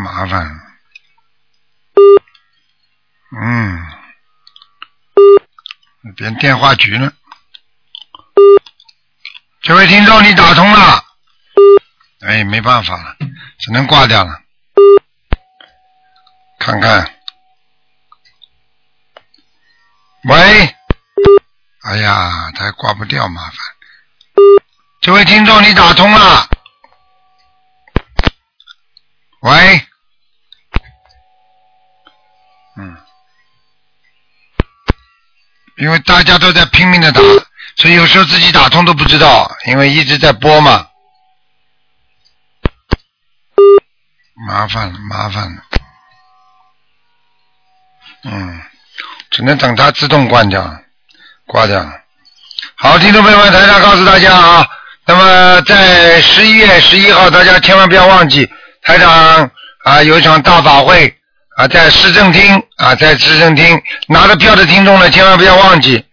麻烦了。嗯，变电话局了。这位听众，你打通了。哎，没办法了，只能挂掉了。看看，喂，哎呀，他还挂不掉，麻烦。这位听众，你打通了？喂，嗯，因为大家都在拼命的打，所以有时候自己打通都不知道，因为一直在播嘛。麻烦了，麻烦了。嗯，只能等它自动关掉，挂掉。好，听众朋友们，台长告诉大家啊，那么在十一月十一号，大家千万不要忘记，台长啊有一场大法会啊，在市政厅啊，在市政厅拿着票的听众呢，千万不要忘记。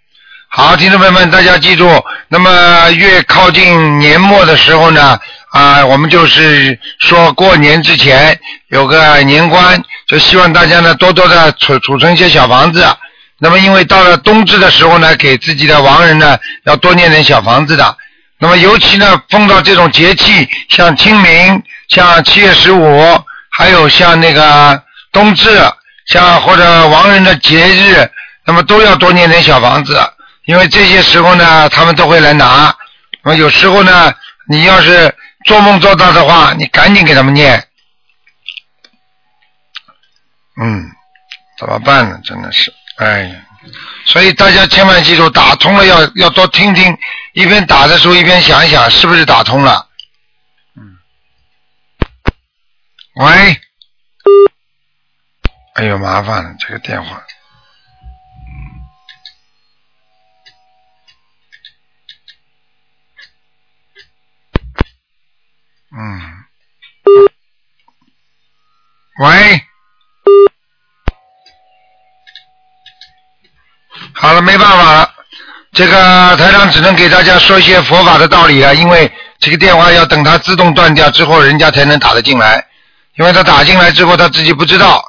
好，听众朋友们，大家记住，那么越靠近年末的时候呢，啊，我们就是说过年之前有个年关，就希望大家呢多多的储储存一些小房子。那么因为到了冬至的时候呢，给自己的亡人呢要多念点小房子的。那么尤其呢，碰到这种节气，像清明，像七月十五，还有像那个冬至，像或者亡人的节日，那么都要多念点小房子，因为这些时候呢，他们都会来拿。那么有时候呢，你要是做梦做到的话，你赶紧给他们念，嗯，怎么办呢？真的是，哎呀，所以大家千万记住，打通了要要多听听，一边打的时候一边想一想是不是打通了。嗯。喂。哎呦，麻烦了，这个电话。嗯。喂。好了，没办法了，这个台长只能给大家说一些佛法的道理啊，因为这个电话要等它自动断掉之后，人家才能打得进来，因为他打进来之后他自己不知道。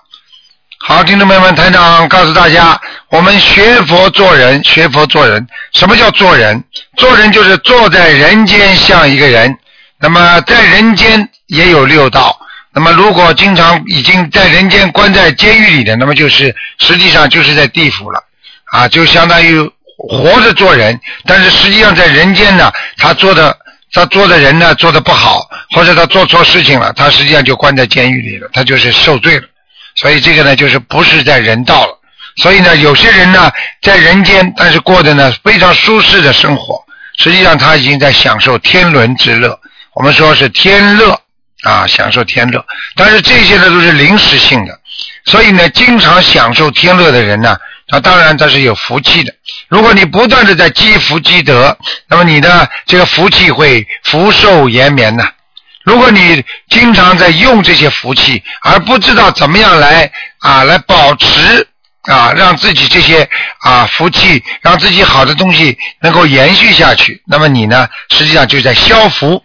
好，听众朋友们，台长告诉大家，我们学佛做人，学佛做人，什么叫做人？做人就是坐在人间像一个人，那么在人间也有六道。那么如果经常已经在人间关在监狱里的，那么就是实际上就是在地府了。啊，就相当于活着做人，但是实际上在人间呢，他做的他做的人呢做的不好，或者他做错事情了，他实际上就关在监狱里了，他就是受罪了。所以这个呢，就是不是在人道了。所以呢，有些人呢在人间，但是过的呢非常舒适的生活，实际上他已经在享受天伦之乐。我们说是天乐啊，享受天乐，但是这些呢都是临时性的。所以呢，经常享受天乐的人呢，那当然他是有福气的。如果你不断的在积福积德，那么你的这个福气会福寿延绵呐、如果你经常在用这些福气，而不知道怎么样来啊来保持啊，让自己这些啊福气，让自己好的东西能够延续下去，那么你呢，实际上就在消福，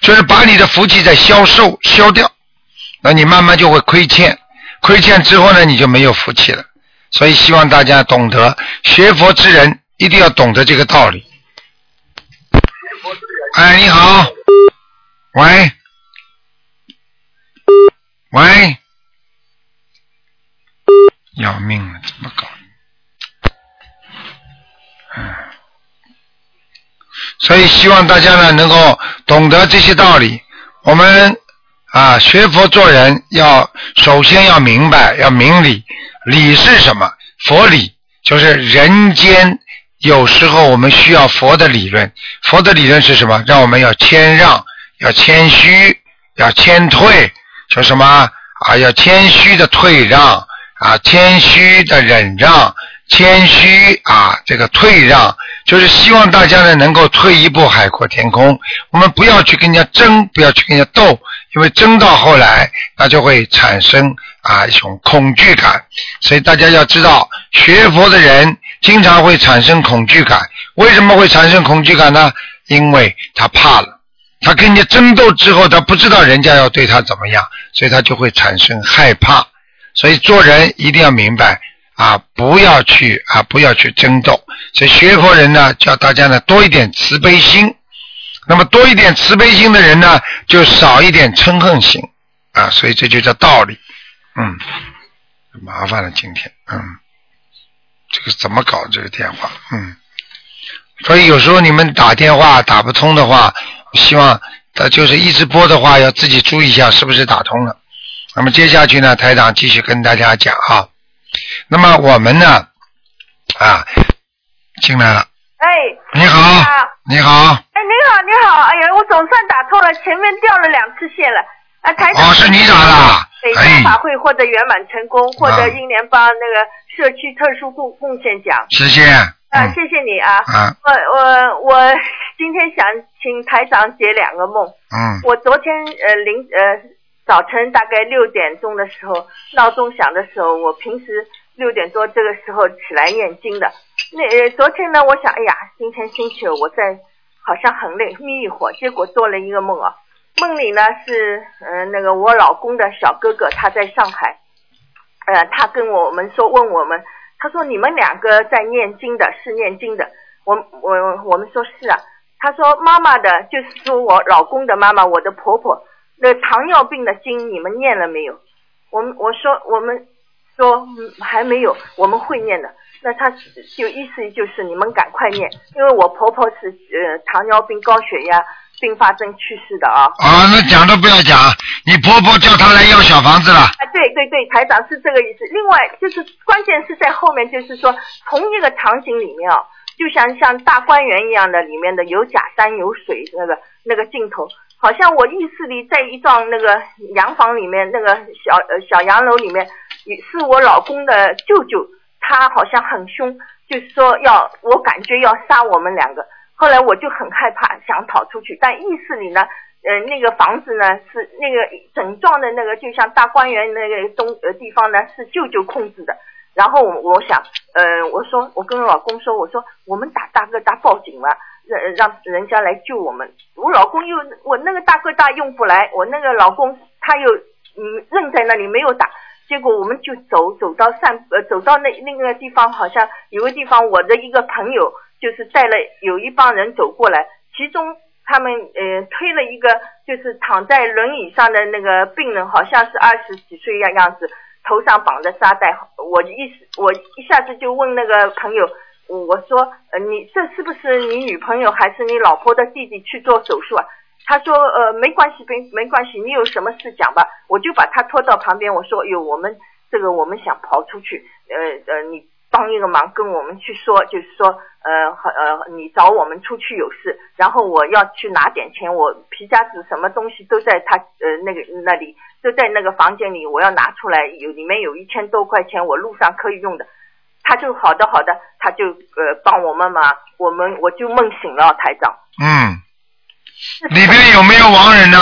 就是把你的福气在消售消掉，那你慢慢就会亏欠，亏欠之后呢，你就没有福气了。所以希望大家懂得学佛之人一定要懂得这个道理。哎，你好，喂，喂，要命了，怎么搞？所以希望大家呢能够懂得这些道理。我们啊，学佛做人要首先要明白，要明理。理是什么？佛理就是人间有时候我们需要佛的理论。佛的理论是什么？让我们要谦让，要谦虚，要谦退，说什么啊？要谦虚的退让啊，谦虚的忍让，谦虚啊，这个退让，就是希望大家呢能够退一步海阔天空。我们不要去跟人家争，不要去跟人家斗，因为争到后来，那就会产生啊一种恐惧感。所以大家要知道，学佛的人经常会产生恐惧感。为什么会产生恐惧感呢？因为他怕了。他跟人家争斗之后，他不知道人家要对他怎么样，所以他就会产生害怕。所以做人一定要明白啊，不要去啊，不要去争斗。所以学佛人呢，叫大家呢多一点慈悲心。那么多一点慈悲心的人呢，就少一点嗔恨心啊，所以这就叫道理。嗯，麻烦了今天，嗯，这个怎么搞这个电话？嗯，所以有时候你们打电话打不通的话，希望他就是一直拨的话，要自己注意一下是不是打通了。那么接下去呢，台长继续跟大家讲啊。那么我们呢，啊，进来了。哎，你好，你好，哎，你好，你好，哎呀，我总算打通了，前面掉了两次线了。啊，台长。哦是你打的。北哎京法会获得圆满成功，获啊得英联邦那个社区特殊贡贡献奖。谢谢。啊，嗯谢谢你啊。啊，我我我今天想请台长解两个梦。嗯我昨天呃零呃早晨大概六点钟的时候，闹钟响的时候，我平时六点多这个时候起来念经的。那、呃、昨天呢，我想，哎呀，今天星期五，我在好像很累，眯一会儿，结果做了一个梦啊。梦里呢是呃那个我老公的小哥哥，他在上海，呃，他跟我们说，问我们，他说你们两个在念经的，是念经的。我我我们说是啊，他说妈妈的，就是说我老公的妈妈，我的婆婆，那糖尿病的经你们念了没有？我们我说我们说嗯还没有，我们会念的。那他就意思就是你们赶快念，因为我婆婆是呃糖尿病、高血压、并发症去世的啊。啊，那讲都不要讲，你婆婆叫她来要小房子了。啊，对对对，台长是这个意思。另外就是关键是在后面，就是说同一个场景里面啊，就像像大观园一样的里面的有假山有水那个那个镜头，好像我意识里在一幢那个洋房里面那个小呃小洋楼里面，也是我老公的舅舅，他好像很凶，就是说要我感觉要杀我们两个。后来我就很害怕，想逃出去，但意识里呢，呃，那个房子呢是那个整幢的那个，就像大观园那个东呃地方呢是舅舅控制的。然后我我想，呃，我说我跟老公说，我说我们打大哥大报警了，让让人家来救我们。我老公又我那个大哥大用不来，我那个老公他又嗯愣在那里没有打。结果我们就走走到散呃走到那那个地方，好像有个地方，我的一个朋友就是带了有一帮人走过来，其中他们呃推了一个就是躺在轮椅上的那个病人，好像是二十几岁样样子，头上绑着沙袋。我一时我一下子就问那个朋友，我说呃你这是不是你女朋友还是你老婆的弟弟去做手术啊？他说呃没关系没没关系，你有什么事讲吧。我就把他拖到旁边，我说有我们这个我们想跑出去，呃呃你帮一个忙跟我们去说，就是说呃好呃你找我们出去有事，然后我要去拿点钱，我皮夹子什么东西都在他呃那个那里都在那个房间里，我要拿出来有里面有一千多块钱，我路上可以用的。他就好的好的，他就呃帮我们忙，我们我就梦醒了台长。嗯，里边有没有亡人呢？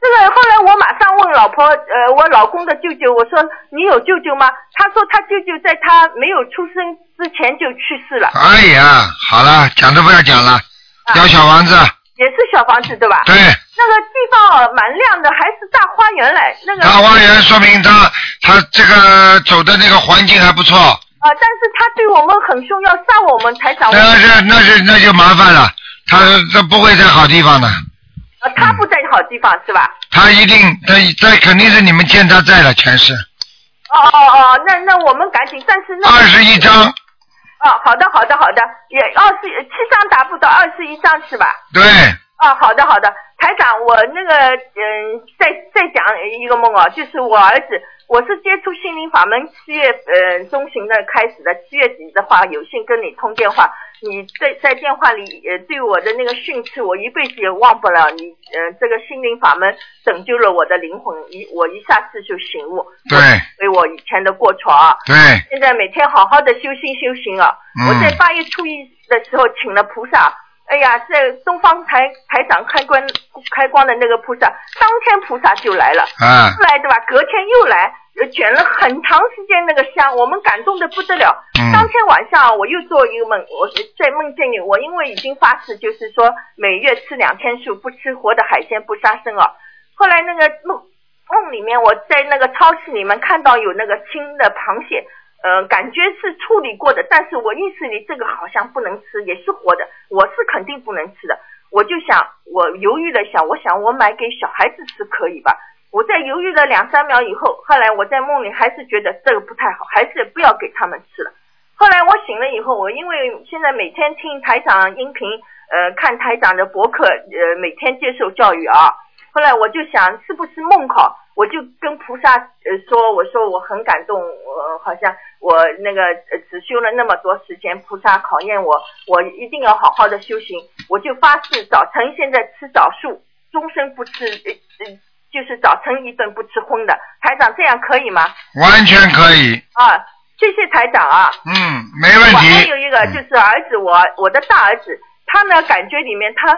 这个后来我马上问老婆，呃，我老公的舅舅，我说你有舅舅吗？他说他舅舅在他没有出生之前就去世了，哎呀，好了，讲都不要讲啊了，要小房子，也是小房子对吧？对。那个地方啊，蛮亮的，还是大花园来。那个大花园说明他他这个走的那个环境还不错，啊、但是他对我们很凶，要杀我们台长。那啊是那是那就麻烦了，他这不会在好地方的，呃他不在好地方是吧？他一定他他肯定是你们欠他债了，全是哦哦哦，那那我们赶紧，但是那二十一张。哦，好的好的好的，也二十七张达不到，二十一张是吧？对，哦，好的好的，台长，我那个嗯，再再讲一个梦哦，就是我儿子，我是接触心灵法门七月呃中旬的开始的，七月底的话有幸跟你通电话，你在在电话里呃对我的那个训斥，我一辈子也忘不了你，呃这个心灵法门拯救了我的灵魂，一我一下子就醒悟，对为我以前的过错啊，对，现在每天好好的修心修行啊。嗯我在八月初一的时候请了菩萨，哎呀，在东方台台长开光开光的那个菩萨，当天菩萨就来了，啊后来对吧？隔天又来，呃卷了很长时间那个香，我们感动的不得了。嗯当天晚上我又做一个梦，我在梦见里，我因为已经发誓，就是说每月吃两天素，不吃活的海鲜，不杀生啊。后来那个梦梦里面，我在那个超市里面看到有那个青的螃蟹，呃，感觉是处理过的，但是我意识里这个好像不能吃，也是活的，我是肯定不能吃的。我就想，我犹豫了一下，我想我买给小孩子吃可以吧？我在犹豫了两三秒以后，后来我在梦里还是觉得这个不太好，还是不要给他们吃了。后来我醒了以后，我因为现在每天听台长音频，呃，看台长的博客，呃，每天接受教育啊。后来我就想，是不是梦考？我就跟菩萨呃说，我说我很感动，我、好像我那个呃只修了那么多时间，菩萨考验我，我一定要好好的修行。我就发誓，早晨现在吃枣树，终身不吃，呃呃，就是早晨一顿不吃荤的。台长，这样可以吗？完全可以，啊，谢谢台长啊。嗯，没问我还有题，一个就是儿子，我我的大儿子，他呢感觉里面他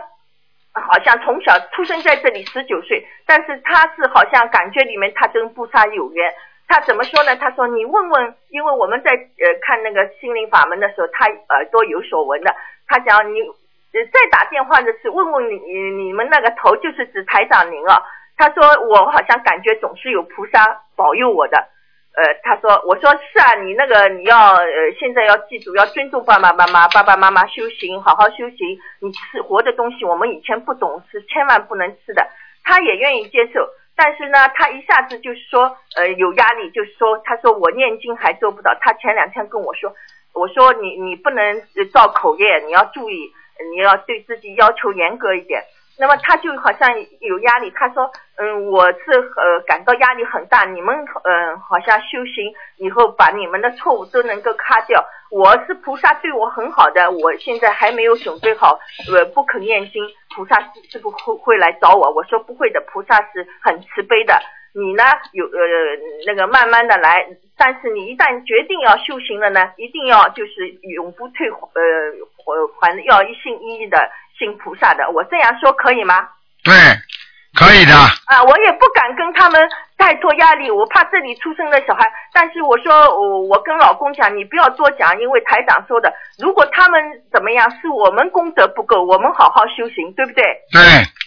好像从小出生在这里十九岁，但是他是好像感觉里面他跟布萨有缘。他怎么说呢？他说你问问，因为我们在呃看那个心灵法门的时候，他耳朵有所闻的。他讲你呃再打电话的是问问你你你们那个头，就是指台长您啊。他说我好像感觉总是有菩萨保佑我的。呃，他说，我说是啊，你那个你要呃，现在要记住，要尊重爸爸妈妈，爸爸妈妈修行，好好修行。你吃活的东西，我们以前不懂，是千万不能吃的。他也愿意接受，但是呢，他一下子就是说，呃，有压力，就是说，他说我念经还做不到。他前两天跟我说，我说你你不能呃造口业，你要注意，你要对自己要求严格一点。那么他就好像有压力，他说，嗯，我是呃感到压力很大，你们嗯、呃、好像修行以后把你们的错误都能够卡掉，我是菩萨对我很好的，我现在还没有准备好，呃不肯念经，菩萨是是不会会来找我，我说不会的，菩萨是很慈悲的，你呢有呃那个慢慢的来，但是你一旦决定要修行了呢，一定要就是永不退呃还还要一心一意的信菩萨的，我这样说可以吗？对，可以的。啊，我也不敢跟他们太多压力，我怕这里出生的小孩。但是我说，我我跟老公讲，你不要多讲，因为台长说的，如果他们怎么样，是我们功德不够，我们好好修行，对不对？对，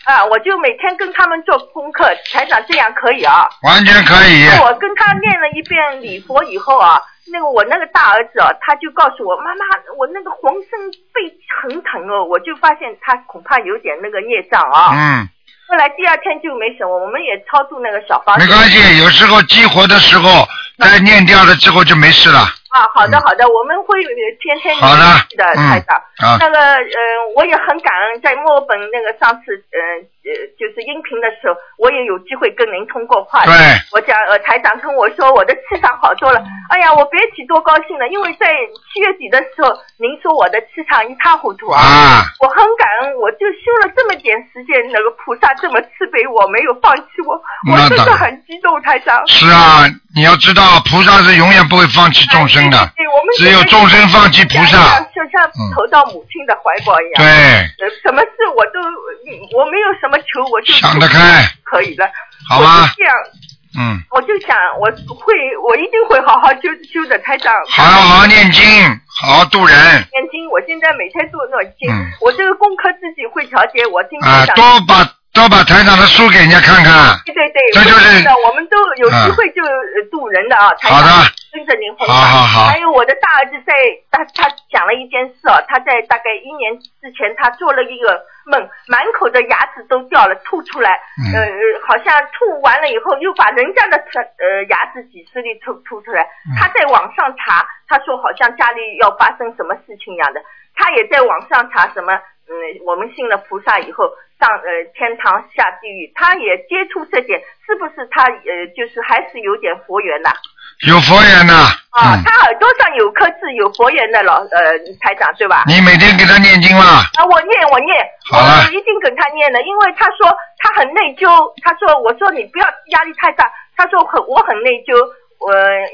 啊，我就每天跟他们做功课，台长这样可以啊？完全可以。那我跟他念了一遍礼佛以后啊，那个我那个大儿子啊，他就告诉我妈妈，我那个浑身背很疼哦，我就发现他恐怕有点那个孽障啊。嗯，后来第二天就没什么，我们也超度那个小房子。没关系，有时候激活的时候，在念掉了之后就没事了。嗯啊，好的好的，我们会呃天天好的联系的，嗯台长。啊那个呃，我也很感恩，在墨尔本那个上次呃呃，就是音频的时候，我也有机会跟您通过话。对我讲呃，台长跟我说 啊我的气场好多了，哎呀，我别提多高兴了，因为在七月底的时候，您说我的气场一塌糊涂啊，我很感恩，我就修了这么点时间，那个菩萨这么慈悲我，没有放弃我，我那真当的然很激动，台长。是啊，你要知道，菩萨是永远不会放弃众生的哎对，我们，只有众生放弃菩萨。，嗯就像投到母亲的怀抱一样。对呃，什么事我都我没有什么求，我就想得开，可以了。好吧我就这样，嗯，我就想我会，我一定会好好修修的，台长。好好念经，好好度人念经，我现在每天做那经，嗯我这个功课自己会调节。我听啊台，长多把多把台长的书给人家看看。对对对，这就是我知道我们都有嗯机会就呃渡人的啊，台好的长跟着您分享。好好好还有我的大儿子在他他讲了一件事哦，他在大概一年之前，他做了一个梦，满口的牙齿都掉了，吐出来，嗯呃，好像吐完了以后又把人家的呃牙齿几十粒吐吐出来。他在网上查，他说好像家里要发生什么事情一样的。他也在网上查什么，嗯，我们信了菩萨以后上呃天堂下地狱，他也接触这点，是不是他呃就是还是有点佛缘呐、有佛缘呐，啊，嗯，他耳朵上有颗痣，有佛缘的老呃台长对吧？你每天给他念经啦，啊，我念我念，好了我一定跟他念的，因为他说他很内疚，他说我说你不要压力太大，他说很我很内疚，我、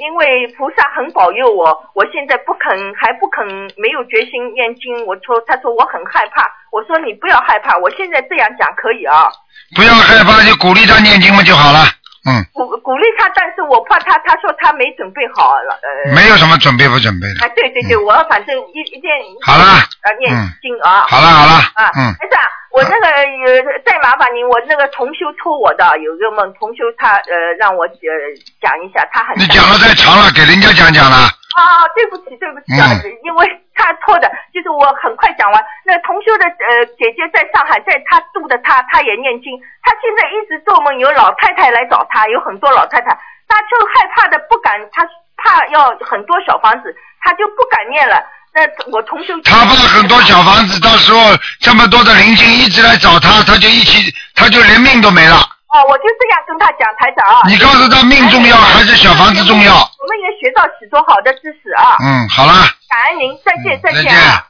因为菩萨很保佑我，我现在不肯还不肯没有决心念经，我说他说我很害怕，我说你不要害怕，我现在这样讲可以啊，不要害怕，就鼓励他念经嘛就好了。嗯，鼓鼓励他，但是我怕他，他说他没准备好，呃，没有什么准备不准备的。啊，对对对，我反正一一定好了啊念嗯经啊，好了好了啊，，嗯，台长，我那个呃，再麻烦您，我那个同修托我的有一个梦，同修他呃让我呃讲一下，他很你讲的太长了，给人家讲讲了。啊，对不起对不起啊，嗯因为他托的，就是我很快讲完。那个同修的呃姐姐在上海，在他住的他，他也念经，他现在一直做梦有老太太来找他，有很多老太太，他就害怕的不敢，他怕要很多小房子，他就不敢念了。那我同修他怕很多小房子，到时候这么多的灵性一直来找他，他就一起，他就连命都没了。哦，我就这样跟他讲，台长啊。你告诉他命重要还是小房子重要？我们也学到许多好的知识啊！嗯，好了，感恩您，再见，再见见啊！。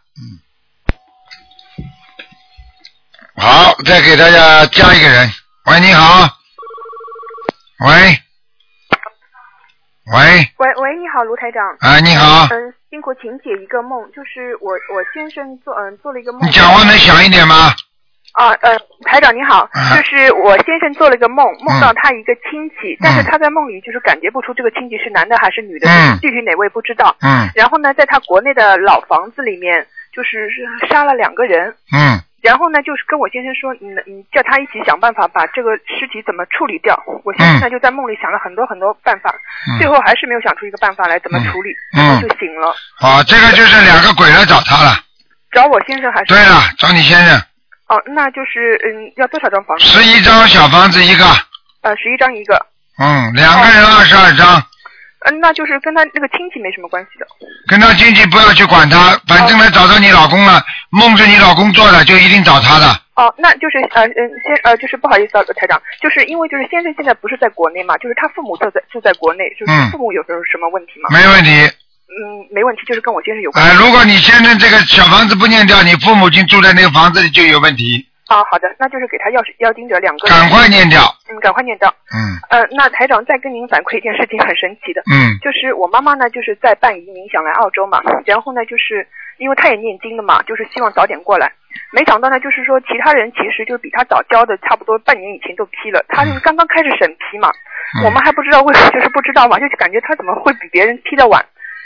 嗯，好，再给大家加一个人。喂，你好。喂，喂，喂喂，你好，卢台长。啊，你好，嗯，辛苦请解一个梦，就是我我先生做嗯做了一个梦。你讲话能响一点吗？啊呃，台长你好，啊就是我先生做了一个梦，梦到他一个亲戚，但嗯是他在梦里就是感觉不出这个亲戚是男的还是女的，嗯具体哪位不知道。嗯然后呢，在他国内的老房子里面，就是杀了两个人。嗯，然后呢，就是跟我先生说，你你叫他一起想办法把这个尸体怎么处理掉。我先生呢就在梦里想了很多很多办法，嗯最后还是没有想出一个办法来怎么处理，嗯然后就醒了。好，这个就是两个鬼来找他了。找我先生还是？对啊了，找你先生，哦，那就是嗯，要多少张房子？十一张小房子一个，呃，十一张一个。嗯，两个人二十二张。嗯，那就是跟他那个亲戚没什么关系的。跟他亲戚不要去管他，反正来找到你老公了，梦是你老公做的，就一定找他的。哦，那就是呃嗯，先呃，就是不好意思啊，台长，就是因为就是先生现在不是在国内嘛，就是他父母都在住在国内，就是嗯父母有时候有什么问题吗？没问题。嗯，没问题，就是跟我先生有关。呃，如果你先生这个小房子不念掉，你父母亲住在那个房子里就有问题。啊，好的，那就是给他要要盯着两个。赶快念掉。嗯，赶快念掉。嗯呃，那台长再跟您反馈一件事情，很神奇的。嗯就是我妈妈呢，就是在办移民想来澳洲嘛，然后呢，就是因为她也念经的嘛，就是希望早点过来。没想到呢，就是说其他人其实就是比她早交的，差不多半年以前都批了，她就是刚刚开始审批嘛。嗯我们还不知道为什么， 就是不知道嘛，就是感觉她怎么会比别人批的晚。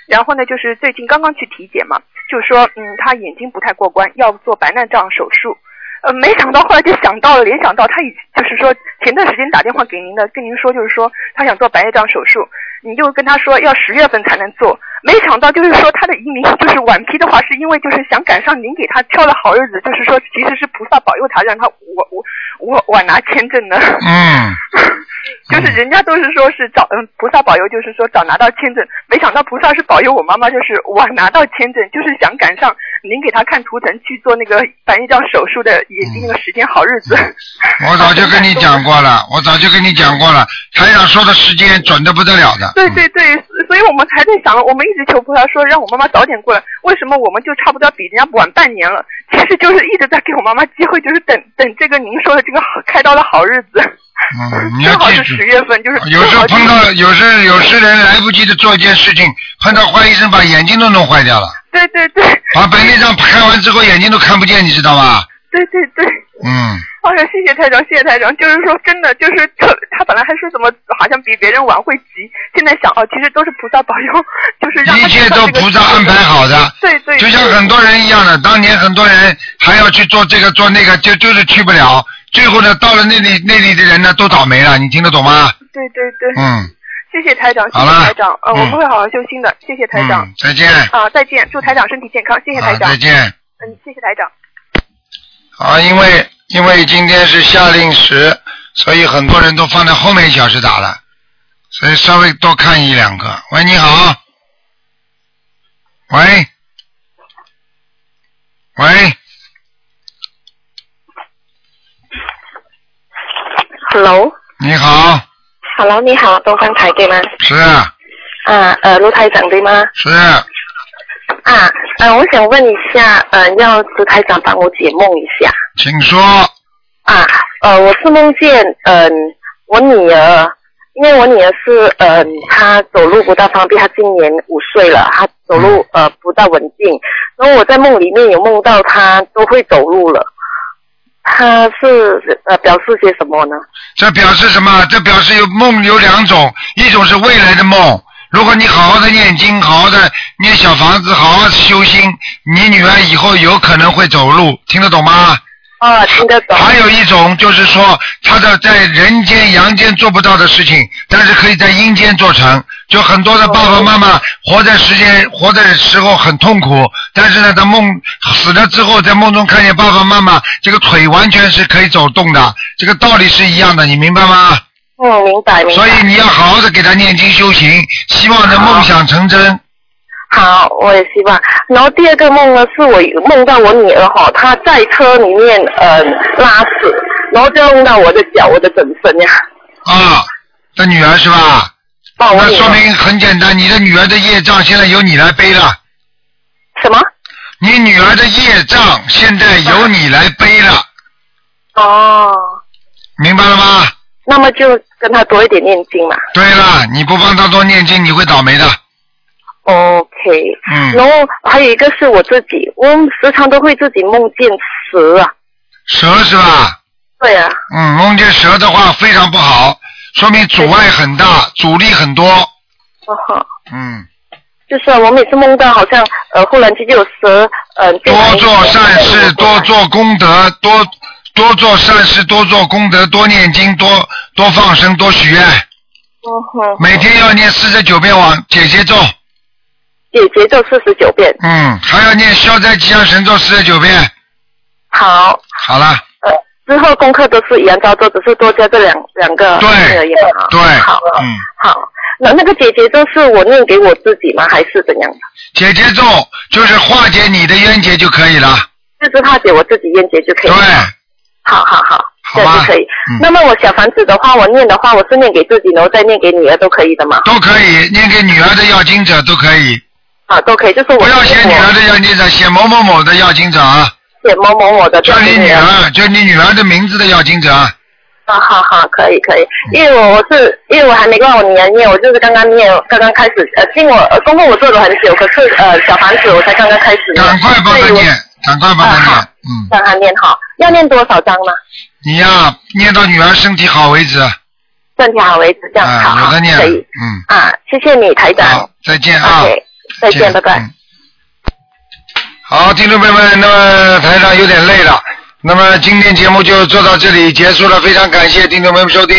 然后呢，就是最近刚刚去体检嘛，就是说，嗯，她眼睛不太过关，要做白内障手术。呃，没想到后来就想到了，联想到他已就是说前段时间打电话给您的，跟您说就是说他想做白内障手术，你就跟他说要十月份才能做，没想到就是说他的移民就是晚批的话，是因为就是想赶上您给他挑了好日子，就是说其实是菩萨保佑他，让他我我我晚拿签证的，嗯，就是人家都是说是早嗯菩萨保佑，就是说早拿到签证，没想到菩萨是保佑我妈妈，就是晚拿到签证，就是想赶上您给他看图腾去做那个白内障手术的眼睛那个时间好日子。嗯我早就跟你讲过了，我早就跟你讲过了，台长说的时间准的不得了的。嗯对对对，所以我们才在想，我们一直求菩萨说让我妈妈早点过来，为什么我们就差不多比人家晚半年了？其实就是一直在给我妈妈机会，就是等等这个您说的这个好开刀的好日子，嗯，你要正好记是住十。月份，就是有时候碰到，有时有时人来不及的做一件事情，碰到坏医生把眼睛都弄坏掉了，对对对把白内障开完之后眼睛都看不见，你知道吧？对对对。嗯，好像谢谢台长，谢谢台长。就是说，真的，就是特，他本来还说怎么好像比别人晚会急，现在想哦，其实都是菩萨保佑，就是让他一切看到都这个菩萨机会安排好的。对对，就像对很多人一样的，当年很多人还要去做这个做那个，就就是去不了，最后呢，到了那里那里的人呢都倒霉了，你听得懂吗？对对对，嗯，谢谢台长，谢好谢了台长，呃，嗯我们会好好修心的，谢谢台长嗯，再见啊，再见，祝台长身体健康，谢谢台好，长，再，见。嗯，谢谢台长。啊，因为因为今天是夏令时，所以很多人都放在后面一小时打了，所以稍微多看一两个。喂，你好。喂。喂， Hello，Hello，你好，你好，东方台对吗？是啊，呃，卢台长对吗？是，啊，呃，我想问一下，呃，要卢台长帮我解梦一下请说。啊，呃，我是梦见，嗯、我女儿，因为我女儿是，嗯、她走路不大方便，她今年五岁了，她走路嗯呃不大稳定，然后我在梦里面有梦到她都会走路了，她是呃表示些什么呢？这表示什么？这表示有梦有两种，一种是未来的梦。如果你好好的念经，好好的念小房子，好好修心，你女儿以后有可能会走路，听得懂吗？啊，听得懂。还有一种就是说，她的在人间、阳间做不到的事情，但是可以在阴间做成。就很多的爸爸妈妈活在时间、活的时候很痛苦，但是呢，他梦死了之后，在梦中看见爸爸妈妈这个腿完全是可以走动的，这个道理是一样的，你明白吗？嗯，明白明白。所以你要好好的给他念经修行，希望能梦想成真。好，我也希望。然后第二个梦呢，是我梦到我女儿哈、她在车里面呃拉屎，然后就弄到我的脚，我的整身呀。啊，这女儿是吧？哦我那女儿说明很简单，你的女儿的业障现在由你来背了。什么？你女儿的业障现在由你来背了，哦，明白了吗？那么就跟她多一点念经嘛。对了，你不帮她多念经，你会倒霉的。 OK。嗯然后还有一个是我自己，我时常都会自己梦见蛇啊。蛇是吧？对啊，嗯，梦见蛇的话非常不好，说明阻碍很大，阻力很多。哦吼，嗯，就是啊我每次梦到好像呃忽然间就有蛇呃进来多做善事，多做功德，多多做善事，多做功德，多念经，多多放生，多许愿。哦吼，每天要念四十九遍往解结咒，姐姐咒四十九遍。嗯，还要念消灾吉祥神咒四十九遍。好。好了，呃，之后功课都是一样照做，只是多加这两两个对而已嘛。对，好，嗯，好。那那个姐姐都是我念给我自己吗？还是怎样？解结咒就是化解你的冤结就可以了。就是怕给我自己念姐就可以对了。，好好好，好这样吧就可以。嗯那么我小房子的话，我念的话，我是念给自己，然后再念给女儿，都可以的吗？都可以念给女儿的要经者都可以，啊，都可以，就是我不要写女儿的要经者，写某某某的要经者啊。写某某某的就你女儿，就你女儿的名字的要经者啊。啊，好好，可以可以，嗯因为我我是因为我还没跟我女儿念，我就是刚刚念，刚刚开始，呃，尽我呃功课我做了很久，可是呃小房子我才刚刚开始念，赶嗯快帮他念，赶快帮啊他念，嗯让她念好，要念多少章呢？你呀、念到女儿身体好为止。身体好为止，这样、啊，好有好的念了，可以嗯，啊，谢谢你台长，再见啊 OK，再见，拜拜。嗯好，听众朋友们，那么台上有点累了，那么今天节目就做到这里结束了，非常感谢听众朋友们收听。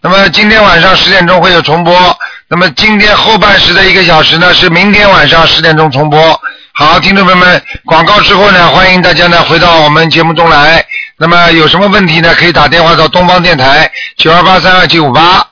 那么今天晚上十点钟会有重播，那么今天后半时的一个小时呢是明天晚上十点钟重播。好，听众朋友们，广告之后呢，欢迎大家呢回到我们节目中来。那么有什么问题呢，可以打电话到东方电台九二八三二七五八。